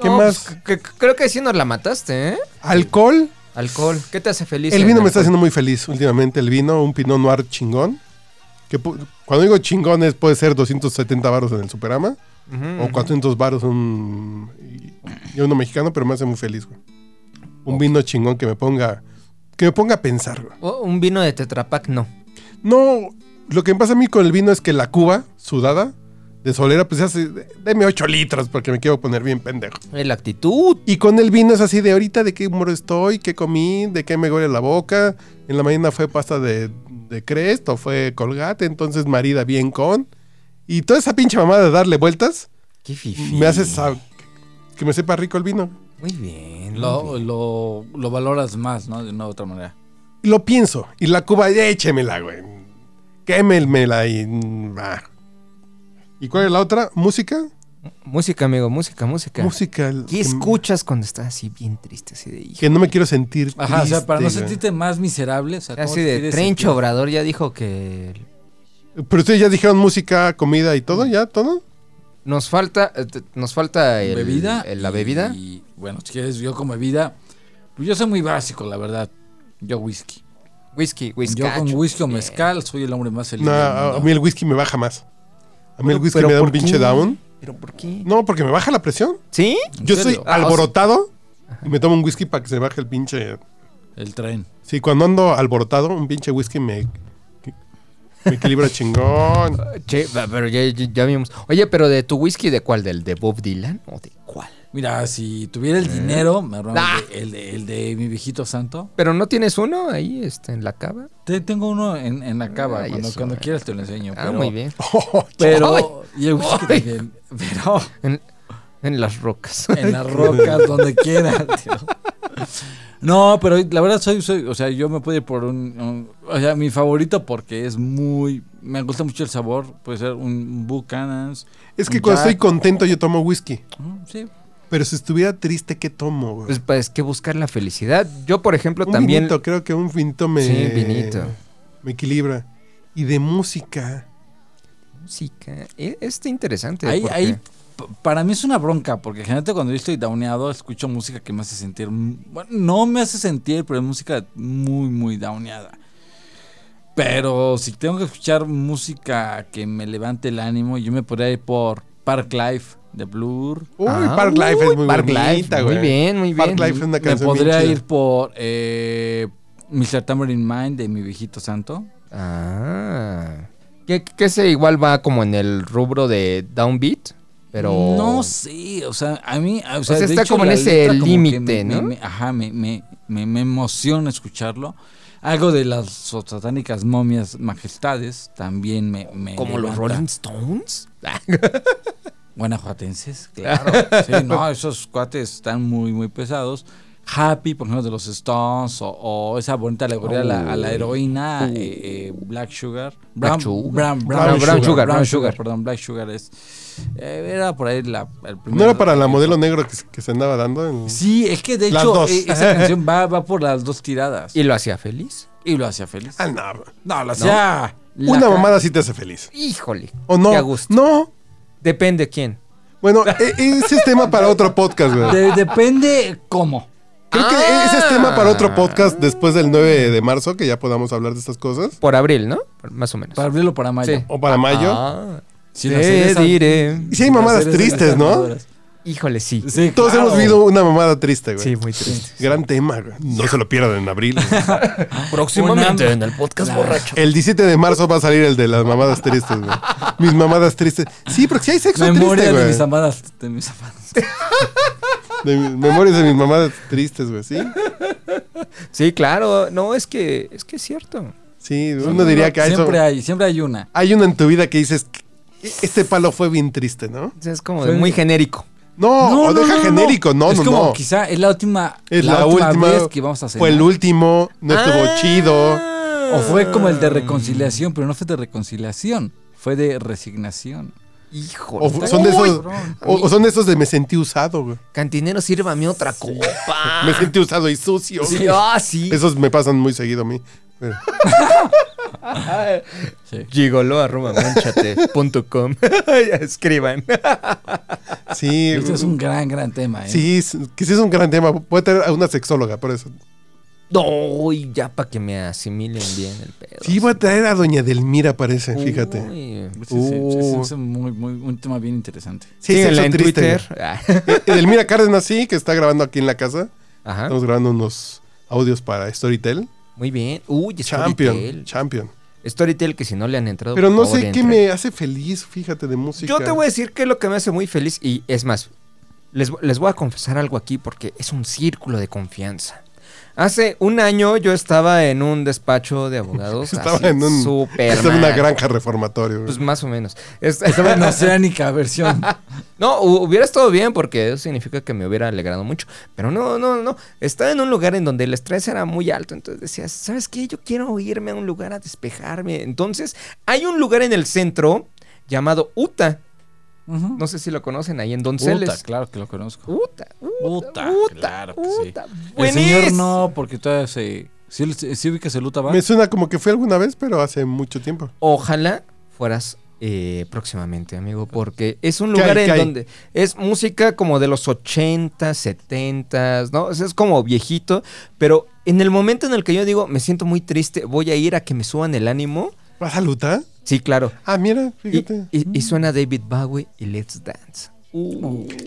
S1: ¿Qué
S2: no,
S1: más?
S2: pues, c- c- creo que sí nos la mataste, ¿eh?
S1: Alcohol.
S2: Alcohol. ¿Qué te hace feliz?
S1: El
S2: en
S1: vino me está
S2: alcohol?
S1: haciendo muy feliz últimamente. El vino, un Pinot Noir chingón. Que pu- cuando digo chingón es, puede ser 270 baros en el Superama
S2: Ujú,
S1: o
S2: ujú.
S1: 400 baros un, y uno mexicano, pero me hace muy feliz, güey. Un vino chingón que me ponga que me ponga a pensar, güey.
S2: O Oh, un vino de Tetrapac, no.
S1: No, lo que me pasa a mí con el vino es que la cuba sudada de solera pues se hace deme 8 litros porque me quiero poner bien pendejo.
S2: Eh, La actitud.
S1: Y con el vino es así de ahorita de qué humor estoy, qué comí, de qué me huele la boca. En la mañana fue pasta de, de crest o fue colgate, entonces marida bien con. Y toda esa pinche mamada de darle vueltas
S2: Qué fifí.
S1: me hace sab- que me sepa rico el vino.
S2: Muy bien. muy bien.
S3: Lo, lo, lo valoras más, ¿no? De una u otra manera.
S1: Y lo pienso. Y la cuba, ya échemela, güey. Quémelmela y... bah. ¿Y cuál es la otra? ¿Música?
S2: Música, amigo, música, música.
S1: Música. el-
S2: ¿Qué
S1: que-
S2: escuchas cuando estás así bien triste, así de hijo?
S1: Que no me quiero sentir
S3: Ajá, o sea, para no
S1: triste, güey.
S3: sentirte más miserable. O sea, ¿cómo
S2: Así
S3: te
S2: de
S3: quieres
S2: Trencho
S3: sentir?
S2: Obrador ya dijo que
S1: Pero ustedes ya dijeron música, comida y todo, ¿ya? ¿Todo?
S2: nos falta eh, te- nos falta el-
S3: bebida.
S2: el- la bebida.
S3: Y bueno, si quieres, yo con bebida. Pues yo soy muy básico, la verdad. Yo whisky.
S2: Whisky, whisky.
S3: Yo con whisky o mezcal soy el hombre más feliz.
S1: No,
S3: del
S1: a, a
S3: mundo.
S1: mí el whisky me baja más. A mí el
S2: Pero-
S1: whisky
S2: pero
S1: me da un
S2: ¿por qué?
S1: pinche down.
S2: ¿Pero por qué?
S1: No, porque me baja la presión.
S2: ¿Sí?
S1: Yo
S3: serio?
S1: estoy
S2: Ah, o sea-
S1: alborotado y me tomo un whisky para que se baje el pinche.
S3: El tren.
S1: Sí, cuando ando alborotado, un pinche whisky me, me equilibra chingón.
S2: Che, va, pero ya, ya- ya vimos. Oye, pero de tu whisky de cuál? ¿Del de Bob Dylan o de cual.
S3: Mira, si tuviera el dinero, me armaba
S2: Ah.
S3: el, de, el de- el de mi viejito santo.
S2: ¿Pero no tienes uno ahí este, en la cava?
S3: Te- tengo uno en, en la cava.
S2: Ay,
S3: cuando
S2: eso,
S3: cuando
S2: eh.
S3: quieras te lo enseño.
S2: Ah,
S3: pero-
S2: muy
S3: [LAUGHS]
S2: bien.
S3: Pero.
S2: Ay,
S3: y el whisky
S2: ay.
S3: también, Pero.
S2: En, en las rocas.
S3: En las rocas, donde quiera. [LAUGHS] tío. No, pero la verdad soy, soy- o sea, yo me puedo ir por un, un- o sea, mi favorito porque es muy, me gusta mucho el sabor, puede ser un Buchanan's.
S1: Es que
S3: un
S1: cuando
S3: Jack.
S1: estoy contento yo tomo whisky.
S3: sí.
S1: Pero si estuviera triste, ¿qué tomo, güey?
S2: Pues, pues, es que buscar la felicidad. Yo, por ejemplo,
S1: Un
S2: también.
S1: vinito, creo que un vinito me...
S2: Sí, vinito.
S1: Me equilibra. Y de música...
S2: Música. e- Este interesante.
S3: Ahí,
S2: porque-
S3: ahí, p- para mí es una bronca, porque generalmente cuando yo estoy downeado escucho música que me hace sentir, m- bueno, no me hace sentir, pero es música muy, muy downeada. Pero si tengo que escuchar música que me levante el ánimo, yo me podría ir por Park Life de Blur.
S1: Uy, Park Life es muy
S2: Ah, Park
S1: bonita,
S2: Life,
S1: güey.
S2: Muy bien, muy bien.
S1: Park Life es una
S3: Me
S1: canción bien
S3: podría
S1: chida.
S3: ir por eh, Mr. Tambourine Mind de mi viejito santo.
S2: Ah. Que, que se igual va como en el rubro de downbeat, pero.
S3: No sé, o sea, a mí. O sea,
S2: sea,
S3: de
S2: está
S3: hecho,
S2: como en
S3: la
S2: ese
S3: letra como que
S2: límite,
S3: me-
S2: ¿no?
S3: me- me- ajá, me, me, me, me emociona escucharlo. Algo de las satánicas momias majestades también me. me
S2: ¿Como los
S3: levanta.
S2: Rolling
S3: [LAUGHS]
S2: Stones?
S3: Guanajuatenses, claro. Sí, no, esos cuates están muy, muy pesados. Happy, por ejemplo, de los Stones, o, o esa bonita alegoría a, la, a la
S2: Uy.
S3: heroína,
S2: Uy.
S3: eh, eh, Black Sugar.
S2: Black
S3: Brown,
S2: Sugar.
S3: Brown-
S2: No,
S3: Brown
S2: Brown
S3: Sugar,
S2: Sugar,
S3: Brown
S2: Brown
S3: Sugar,
S2: Sugar.
S3: perdón, Black Sugar es. eh, era por ahí la, el primer.
S1: ¿No era para la modelo negro que, se- que se andaba dando? en-
S3: Sí, es que de
S1: Las
S3: hecho
S1: dos.
S3: eh, esa canción va, va por las dos tiradas.
S2: ¿Y lo hacía feliz?
S3: Y lo hacía feliz.
S1: Ah, no.
S3: No, lo hacía. la
S1: Una
S3: ca-
S1: mamada sí te hace feliz.
S2: Híjole.
S1: ¿O no?
S2: Qué a gusto.
S1: No.
S2: Depende quién.
S1: Bueno, e- ese es tema para otro podcast, güey.
S3: De- depende cómo.
S1: Creo que
S2: Ah.
S1: ese es tema para otro podcast después del 9 de marzo, que ya podamos hablar de estas cosas.
S2: Por abril, ¿no? Por- Más o menos.
S3: Para abrirlo para mayo.
S2: Sí.
S1: O para mayo.
S2: Ah.
S3: Sí, las
S2: te
S3: series han-
S2: diré.
S1: Y si hay mamadas
S3: Las series
S1: tristes, ¿no?
S3: encantadoras.
S2: Híjole, sí.
S3: Sí,
S1: Todos
S3: claro.
S1: hemos vivido una mamada triste, güey.
S2: Sí, muy triste.
S1: Gran tema, güey. No se lo pierdan en abril.
S2: Próximamente
S3: Una-
S2: en el podcast
S3: Claro.
S2: borracho.
S1: El 17 de marzo va a salir el de las mamadas tristes, güey. Mis mamadas tristes. Sí, porque si hay sexo
S3: Memoria
S1: triste,
S3: de
S1: güey.
S3: mis amadas. De mis amadas.
S1: De mis- memorias de mis mamadas tristes, güey, ¿sí?
S2: Sí, claro. No, es que es que es cierto.
S1: Sí, uno diría que hay eso.
S3: siempre hay, siempre hay una.
S1: Hay una en tu vida que dices, este palo fue bien triste, ¿no?
S2: O sea, es como
S3: Fue-
S2: de muy genérico.
S1: No, o deja genérico, no,
S3: es
S1: no,
S3: como
S1: no.
S3: quizá es la última,
S1: Es la, última,
S3: vez que vamos a hacer.
S1: Fue el último, no estuvo
S2: Ah.
S1: chido.
S3: O fue como el de reconciliación, pero no fue de reconciliación, fue de resignación.
S2: Híjole.
S1: O fu- son de esos, o, o son de esos de me sentí usado, güey.
S2: Cantinero, sírvame otra
S1: [LAUGHS]
S2: copa.
S3: Ah.
S1: Me sentí usado y sucio.
S2: Sí,
S1: güey.
S2: ah, sí.
S1: Esos me pasan muy seguido a mí. Pero-
S2: Gigolo
S1: [LAUGHS]
S2: arroba [LAUGHS] manchate.com. Escriban. [LAUGHS]
S1: Sí,
S3: Este es un gran, gran tema. ¿eh?
S1: sí, es- que sí es un gran tema. Voy a tener a una sexóloga por eso.
S2: No, y ya para que me asimilen bien el pedo.
S1: Sí, voy a traer a Doña Delmira, parece, fíjate.
S2: Uy.
S3: Sí, sí, sí, sí,
S1: Uh.
S3: es un muy, muy, un tema bien interesante.
S1: Sí, hay
S2: Síguenla
S1: sexo
S2: en
S1: triste,
S2: Twitter. Ah,
S1: [LAUGHS] güey. Eh, Delmira Cárdenas, sí, que está grabando aquí en la casa.
S2: Ajá.
S1: Estamos grabando unos audios para Storytel.
S2: Muy bien. Uy,
S1: Champion,
S2: Storytel.
S1: Champion.
S2: Storytel que si no le han entrado.
S1: Pero
S2: por
S1: no
S2: favor,
S1: sé qué
S2: entren.
S1: me hace feliz, fíjate, de música.
S2: Yo te voy a decir que es lo que me hace muy feliz y es más, les, les voy a confesar algo aquí porque es un círculo de confianza. Hace un año yo estaba en un despacho de
S1: [LAUGHS]
S2: abogados.
S1: Estaba
S2: así,
S1: en un-
S2: súper
S1: Está en una
S2: mal.
S1: granja reformatorio. güey.
S2: Pues más o menos. Es-
S3: Estaba en
S1: [LAUGHS]
S3: oceánica versión.
S2: [LAUGHS] no, hu- hubiera estado bien porque eso significa que me hubiera alegrado mucho. Pero no, no, no. Estaba en un lugar en donde el estrés era muy alto. Entonces decías, ¿sabes qué? Yo quiero irme a un lugar a despejarme. Entonces hay un lugar en el centro llamado UTA.
S3: Ujú.
S2: No sé si lo conocen ahí en Uh,
S3: Puta,
S2: Donceles.
S3: claro que lo conozco.
S2: Uta, Uta,
S3: Uta, claro que sí.
S2: Uta.
S3: El señor
S2: Buenísimo.
S3: no, porque todavía se. ¿Sí, sí ubicas el Uta Bar?
S1: Me suena como que fue alguna vez, pero hace mucho tiempo.
S2: Ojalá fueras eh, próximamente, amigo, porque es un
S1: ¿Qué hay,
S2: lugar
S1: qué
S2: en
S1: hay?
S2: donde es música como de los 80, 70, ¿no? O sea, es como viejito, pero en el momento en el que yo digo, me siento muy triste, voy a ir a que me suban el ánimo.
S1: ¿Vas a lutar?
S2: Sí, claro.
S1: Ah, mira,
S2: Y,
S1: fíjate. Mm.
S2: y- y suena David Bowie y Let's Dance.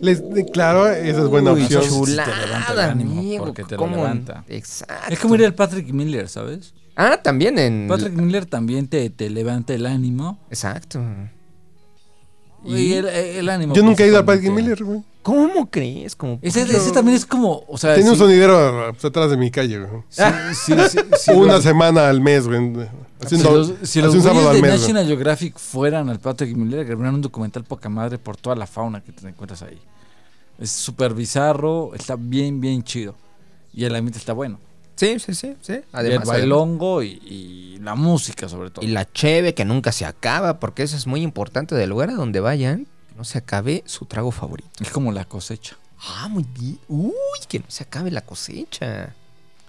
S1: Les- de- claro, esa es buena
S2: Uy,
S1: opción.
S3: chula.
S2: Chulada,
S3: Te levanta el ánimo,
S2: amigo,
S3: porque te lo
S2: ¿cómo?
S3: levanta.
S2: Exacto.
S3: Es como ir al Patrick Miller, ¿sabes?
S2: Ah, también en...
S3: Mm. Patrick Miller también te, te levanta el ánimo.
S2: Exacto.
S3: Y el, el ánimo.
S1: Yo nunca he ido a Patrick
S3: principalmente.
S1: Miller, güey.
S2: ¿Cómo crees? Como
S3: pues, Ese, ese también es como, o sea,
S1: Tiene un
S3: sí,
S1: sonidero pues, atrás de mi calle, güey.
S3: sí, sí, sí,
S1: [LAUGHS] Una
S3: lo-
S1: semana al mes, güey. Así un,
S3: si
S1: do-
S3: los, si
S1: así
S3: los
S1: un sábado
S3: güeyes
S1: al
S3: de
S1: mes. güey.
S3: National Geographic fueran al Patrick Miller, grabarían un documental poca madre por toda la fauna que te encuentras ahí. Es súper bizarro, está bien, bien chido. Y el ambiente está bueno.
S2: Sí, sí, sí, sí.
S3: Y el
S2: Además,
S3: bailongo y, y la música, sobre todo.
S2: Y la cheve que nunca se acaba, porque eso es muy importante del lugar a donde vayan, que no se acabe su trago favorito.
S3: Es como la cosecha.
S2: Ah, muy bien. Uy, que no se acabe la cosecha.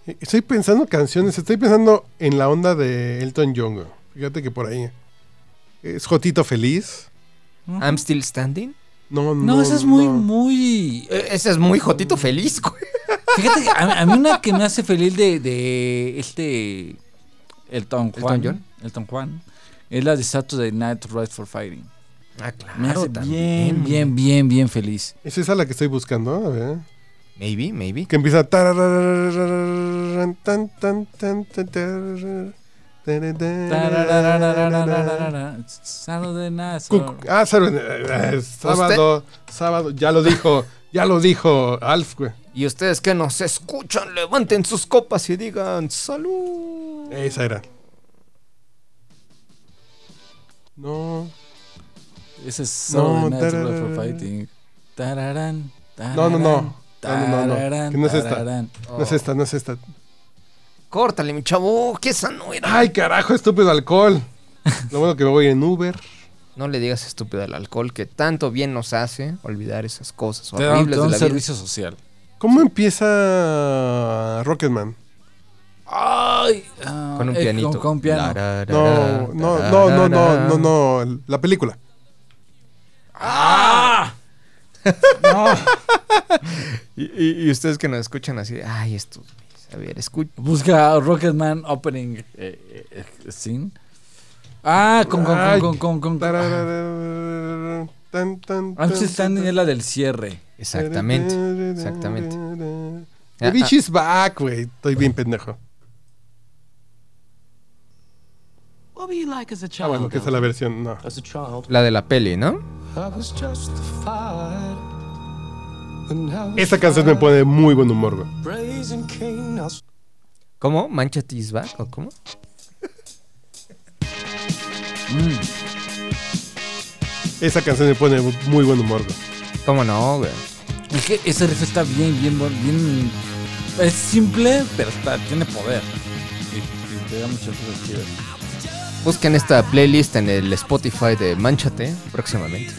S1: Estoy pensando canciones, estoy pensando en la onda de Elton John. güey. Fíjate que por ahí. Es Jotito Feliz.
S2: I'm still standing.
S1: No, no.
S3: No, esa es muy,
S1: no.
S3: muy.
S2: Eh, Ese es muy jotito feliz, güey.
S3: Fíjate, a, a mí una que me hace feliz de, de este. Elton Juan.
S2: John?
S3: Elton Juan. Es la de Saturday Night Ride for Fighting.
S2: Ah,
S3: Me
S2: claro,
S3: hace
S2: también.
S3: bien, bien, bien, bien feliz.
S1: Es esa la que estoy buscando, a ver.
S2: Maybe, maybe.
S1: Que empieza. tararararararán, tan, tan, tan, tan, tarar, tararararararán.
S3: Saturday Night.
S1: Cu- Ah, sábado, eh, eh, sábado, sábado, ya lo dijo, ya lo dijo Alf, güey.
S2: Y ustedes que nos escuchan, levanten sus copas y digan salud.
S1: Esa era. No,
S3: Ese es
S1: No,
S3: Saturday Night Ride for
S1: tararara.
S3: Fighting. Tararán,
S1: no, no, no, no, no, no, no,
S3: tararán,
S1: que no es esta,
S3: tararán.
S1: no es esta, no es esta.
S2: Córtale, mi chavo, que esa no era.
S1: Ay, carajo, estúpido alcohol. Lo bueno que me voy en Uber.
S2: No le digas estúpido al alcohol que tanto bien nos hace olvidar esas cosas
S3: Te da un- te
S2: horribles
S3: da
S2: de
S3: un
S2: la vida.
S3: servicio social.
S1: ¿Cómo empieza Rocketman?
S3: Ay, ah,
S2: Con un
S3: eh,
S2: pianito.
S3: Con, con piano.
S2: Lararara,
S1: No, no, no, no, no, no, no, la película.
S3: ¡Ah!
S2: Y, y- y ustedes que nos escuchan así, de, ay, estos güeyes. A ver, escucha.
S3: Busca Rocketman Opening eh, eh, eh, Scene. Ah, con, con,
S1: Ay.
S3: con, con, con, con. Ah,
S1: Tararararararán, tan, tan,
S3: I'm
S1: tan,
S3: Still Standing es
S1: tan.
S3: la del cierre.
S2: Exactamente, exactamente.
S1: The
S2: Ah,
S1: bitch
S2: ah.
S1: is back, güey. Estoy bien pendejo.
S14: What were you like as a
S1: Ah,
S14: child?
S1: bueno, que esa es la versión, no.
S14: As a child,
S2: La de la peli, ¿no?
S14: I was justified.
S1: Esta canción me pone muy buen humor, güey.
S14: Brazen king, I was
S2: ¿Cómo? ¿Mancha is back? ¿O cómo?
S1: Esa canción me pone muy buen humor, güey.
S2: ¿Cómo no, güey?
S3: Es que ese riff está bien, bien, bon- bien. Es simple, pero está, tiene poder. Y, y te da muchas cosas chidas.
S2: Busquen esta playlist en el Spotify de Manchate próximamente.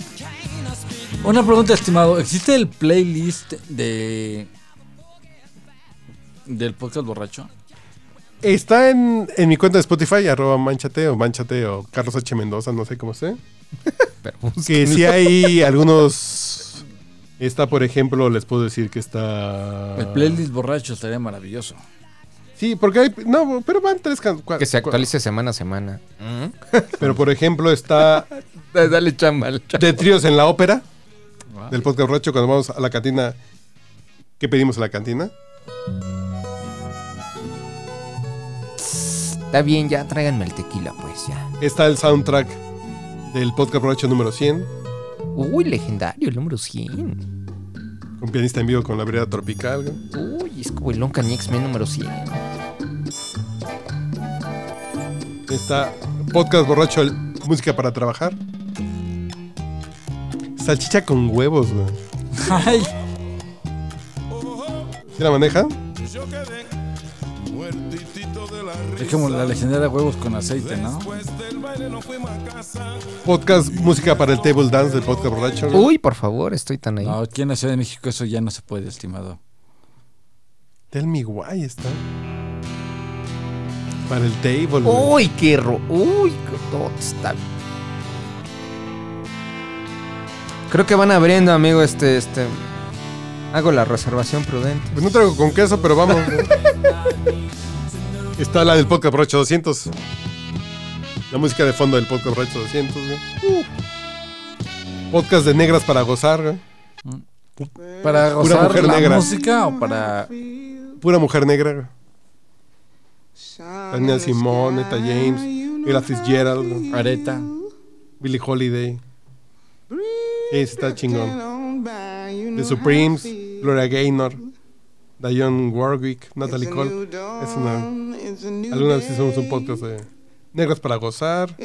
S3: Una pregunta, estimado. ¿Existe el playlist de. del podcast borracho?
S1: Está en, en mi cuenta de Spotify, arroba manchate o manchate o Carlos H. Mendoza, no sé cómo sé.
S2: [LAUGHS] Pero
S1: Que
S2: búsquenlo.
S1: si hay algunos. Está, por ejemplo, les puedo decir que está.
S3: El playlist borracho estaría maravilloso. [LAUGHS]
S1: Sí, porque hay. No, pero van tres canciones.
S2: Que se actualice semana a semana. Mm.
S1: Pero, por ejemplo,
S2: [LAUGHS]
S1: está
S2: Da- Dale chamba al chavo.
S1: De Tríos en la Ópera,
S2: Ah.
S1: del podcast borracho, cuando vamos a la cantina. ¿Qué pedimos en la cantina?
S2: Está bien, ya tráiganme el tequila, pues ya.
S1: Está el soundtrack del podcast borracho número 100,
S2: Uy, legendario, el número 100.
S1: con pianista en vivo con la vereda tropical. güey.
S2: Uy, es como el Loncan y X-Men número 100.
S1: Está podcast borracho, el- música para trabajar. Salchicha con huevos, güey.
S3: Ay,
S1: ¿Sí la maneja?
S3: es como la legendaria huevos con aceite, ¿no?
S1: Podcast música para el table dance del podcast borracho. güey.
S2: Uy, por favor, estoy tan ahí.
S3: No, aquí en la Ciudad de México eso ya no se puede, estimado.
S1: Tell me why está. Para el table. güey.
S2: Uy, qué ro... Uy, qué todo está... Creo que van abriendo, amigo, este, este... Hago la reservación prudente.
S1: Pues no traigo con queso, pero vamos. güey. está la del podcast borracho 200. La música de fondo del podcast borracho 200. güey. Uh. Podcast de negras para gozar. güey.
S3: ¿Para
S1: Pura
S3: gozar
S1: mujer
S3: la
S1: negra.
S3: música o para...?
S1: Pura mujer negra. güey. Está Nina Simone, está James, Ella Fitzgerald, güey.
S3: Areta.
S1: Billie Holiday. Sí, está chingón.
S10: on by, you
S1: The Supremes, Gloria Gaynor, Dionne Warwick, Natalie Cole. Es una. Alguna vez hicimos un podcast de Negros para Gozar.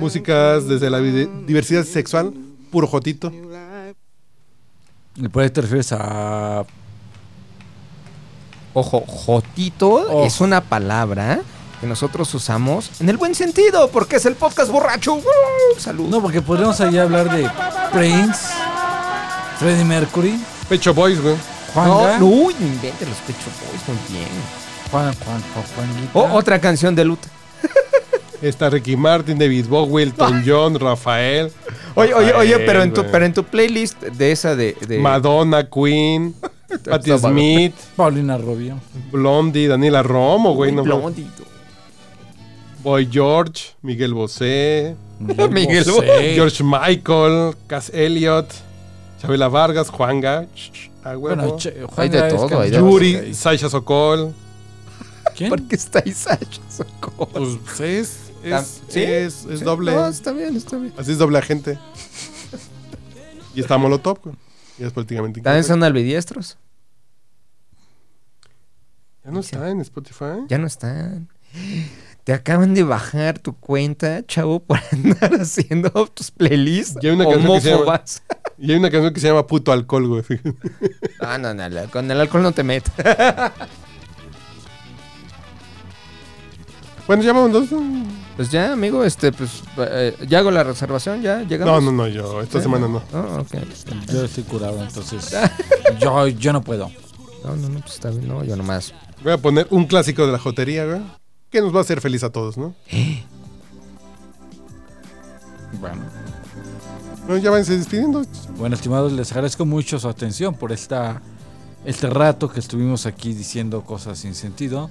S1: Músicas desde la vide- diversidad sexual, puro jotito.
S3: Y por ahí te refieres a.
S2: Ojo, jotito es una palabra que nosotros usamos en el buen sentido, porque es el podcast borracho. ¡Woo! Salud.
S3: No, porque podríamos allá hablar de Prince, Freddie Mercury.
S1: Pecho Boys, güey.
S3: Juanga.
S2: Ah, No, uy, invente los Pecho Boys, muy bien.
S3: Juan, Juan, Juan, Juanguita.
S2: Oh, otra canción de luta.
S1: Está Ricky Martin, David
S10: [LAUGHS]
S1: Bowie, Elton John, Rafael.
S2: Oye, oye, oye,
S1: Rafael,
S2: pero en tu,
S1: güey.
S2: pero en tu playlist de esa de. de-
S1: Madonna,
S2: [LAUGHS]
S1: Queen, Patti
S2: Sábado.
S1: Smith,
S3: Paulina Rubio.
S1: Blondie, Daniela Romo, güey.
S2: Uy,
S1: No, mames.
S2: Blondie, tú.
S1: Boy George, Miguel Bosé, [LAUGHS]
S2: Miguel
S3: Bosé.
S2: Bosé.
S1: George Michael, Cass Elliot, Chabela Vargas, Juanga, ch- ch- a huevo,
S3: Bueno, che, Juanga
S2: Hay de
S3: es
S2: todo,
S3: can-
S2: hay de-
S1: Yuri, Sasha Sokol.
S3: ¿Quién?
S1: ¿Eh?
S2: ¿Por qué está ahí Sasha Sokol?
S1: Pues es,
S2: Tam-
S1: es,
S2: ¿sí?
S1: es, es doble.
S2: No, está bien, está bien.
S1: Así es doble agente. Y está Molotov, güey. Y es prácticamente
S2: ¿También
S1: incompleto.
S2: son albidiestros?
S1: Ya no está en Spotify.
S2: Ya no están. Te acaban de bajar tu cuenta, chavo, por andar [LAUGHS] haciendo tus playlists
S1: Y hay una canción que se llama-
S2: homófobas.
S1: Y hay una canción que se llama Puto Alcohol, güey.
S2: [LAUGHS] No, no, no, la- con el alcohol no te metas.
S1: [LAUGHS] Bueno, ya vamos dos.
S2: Pues ya, amigo, este, pues, eh, ya hago la reservación, ya
S1: No,
S2: llegamos.
S1: no, no, yo. Esta semana no.
S2: No, ok. pues
S3: Yo estoy curado,
S2: [LAUGHS]
S3: entonces. yo, yo no puedo.
S2: No, no, no, pues está bien, no, yo nomás.
S1: Voy a poner un clásico de la jotería, güey. Que nos va a hacer feliz a todos, ¿no?
S3: Bueno.
S1: Bueno, ya váyanse despidiendo.
S3: Bueno, estimados, les agradezco mucho su atención por esta, este rato que estuvimos aquí diciendo cosas sin sentido.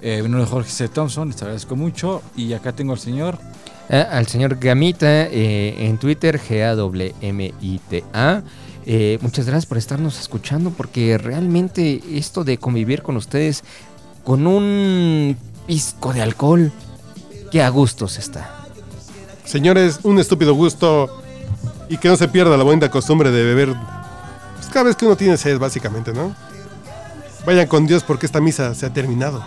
S3: Eh, mi nombre es Jorge C. Thompson, les agradezco mucho. Y acá tengo al señor.
S2: Ah, al señor Gamita eh, en Twitter, G-A-W-M-I-T-A. Eh, muchas gracias por estarnos escuchando, porque realmente esto de convivir con ustedes con un pisco de alcohol, qué a gustos está.
S1: Señores, un estúpido gusto. Y que no se pierda la bonita costumbre de beber. Pues cada vez que uno tiene sed, básicamente, ¿no? Vayan con Dios porque esta misa se ha terminado.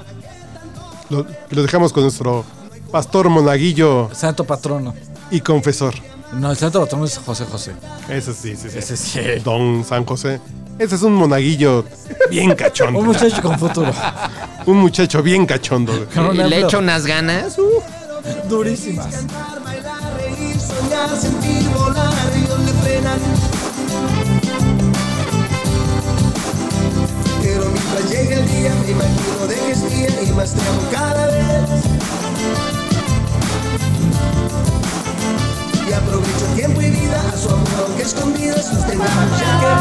S1: Lo, lo dejamos con nuestro pastor monaguillo
S3: Santo Patrono.
S1: y confesor.
S3: No, el Santo Patrono es José José.
S1: Ese sí, sí, sí.
S3: Ese sí.
S1: Don San José. Ese es un monaguillo bien cachondo.
S3: [LAUGHS] Un muchacho con futuro.
S1: Un muchacho bien cachondo. güey.
S3: Con
S2: Y
S3: una
S2: le
S3: flor
S2: echo unas ganas. uf.
S3: Durísimas.
S10: Soñar, sentir, volar, ríos me frenan. Pero mientras llega el día, me imagino de que es día y más te amo cada vez. Y aprovecho tiempo y vida a su amor, aunque escondidas nos tengamos ya que ver.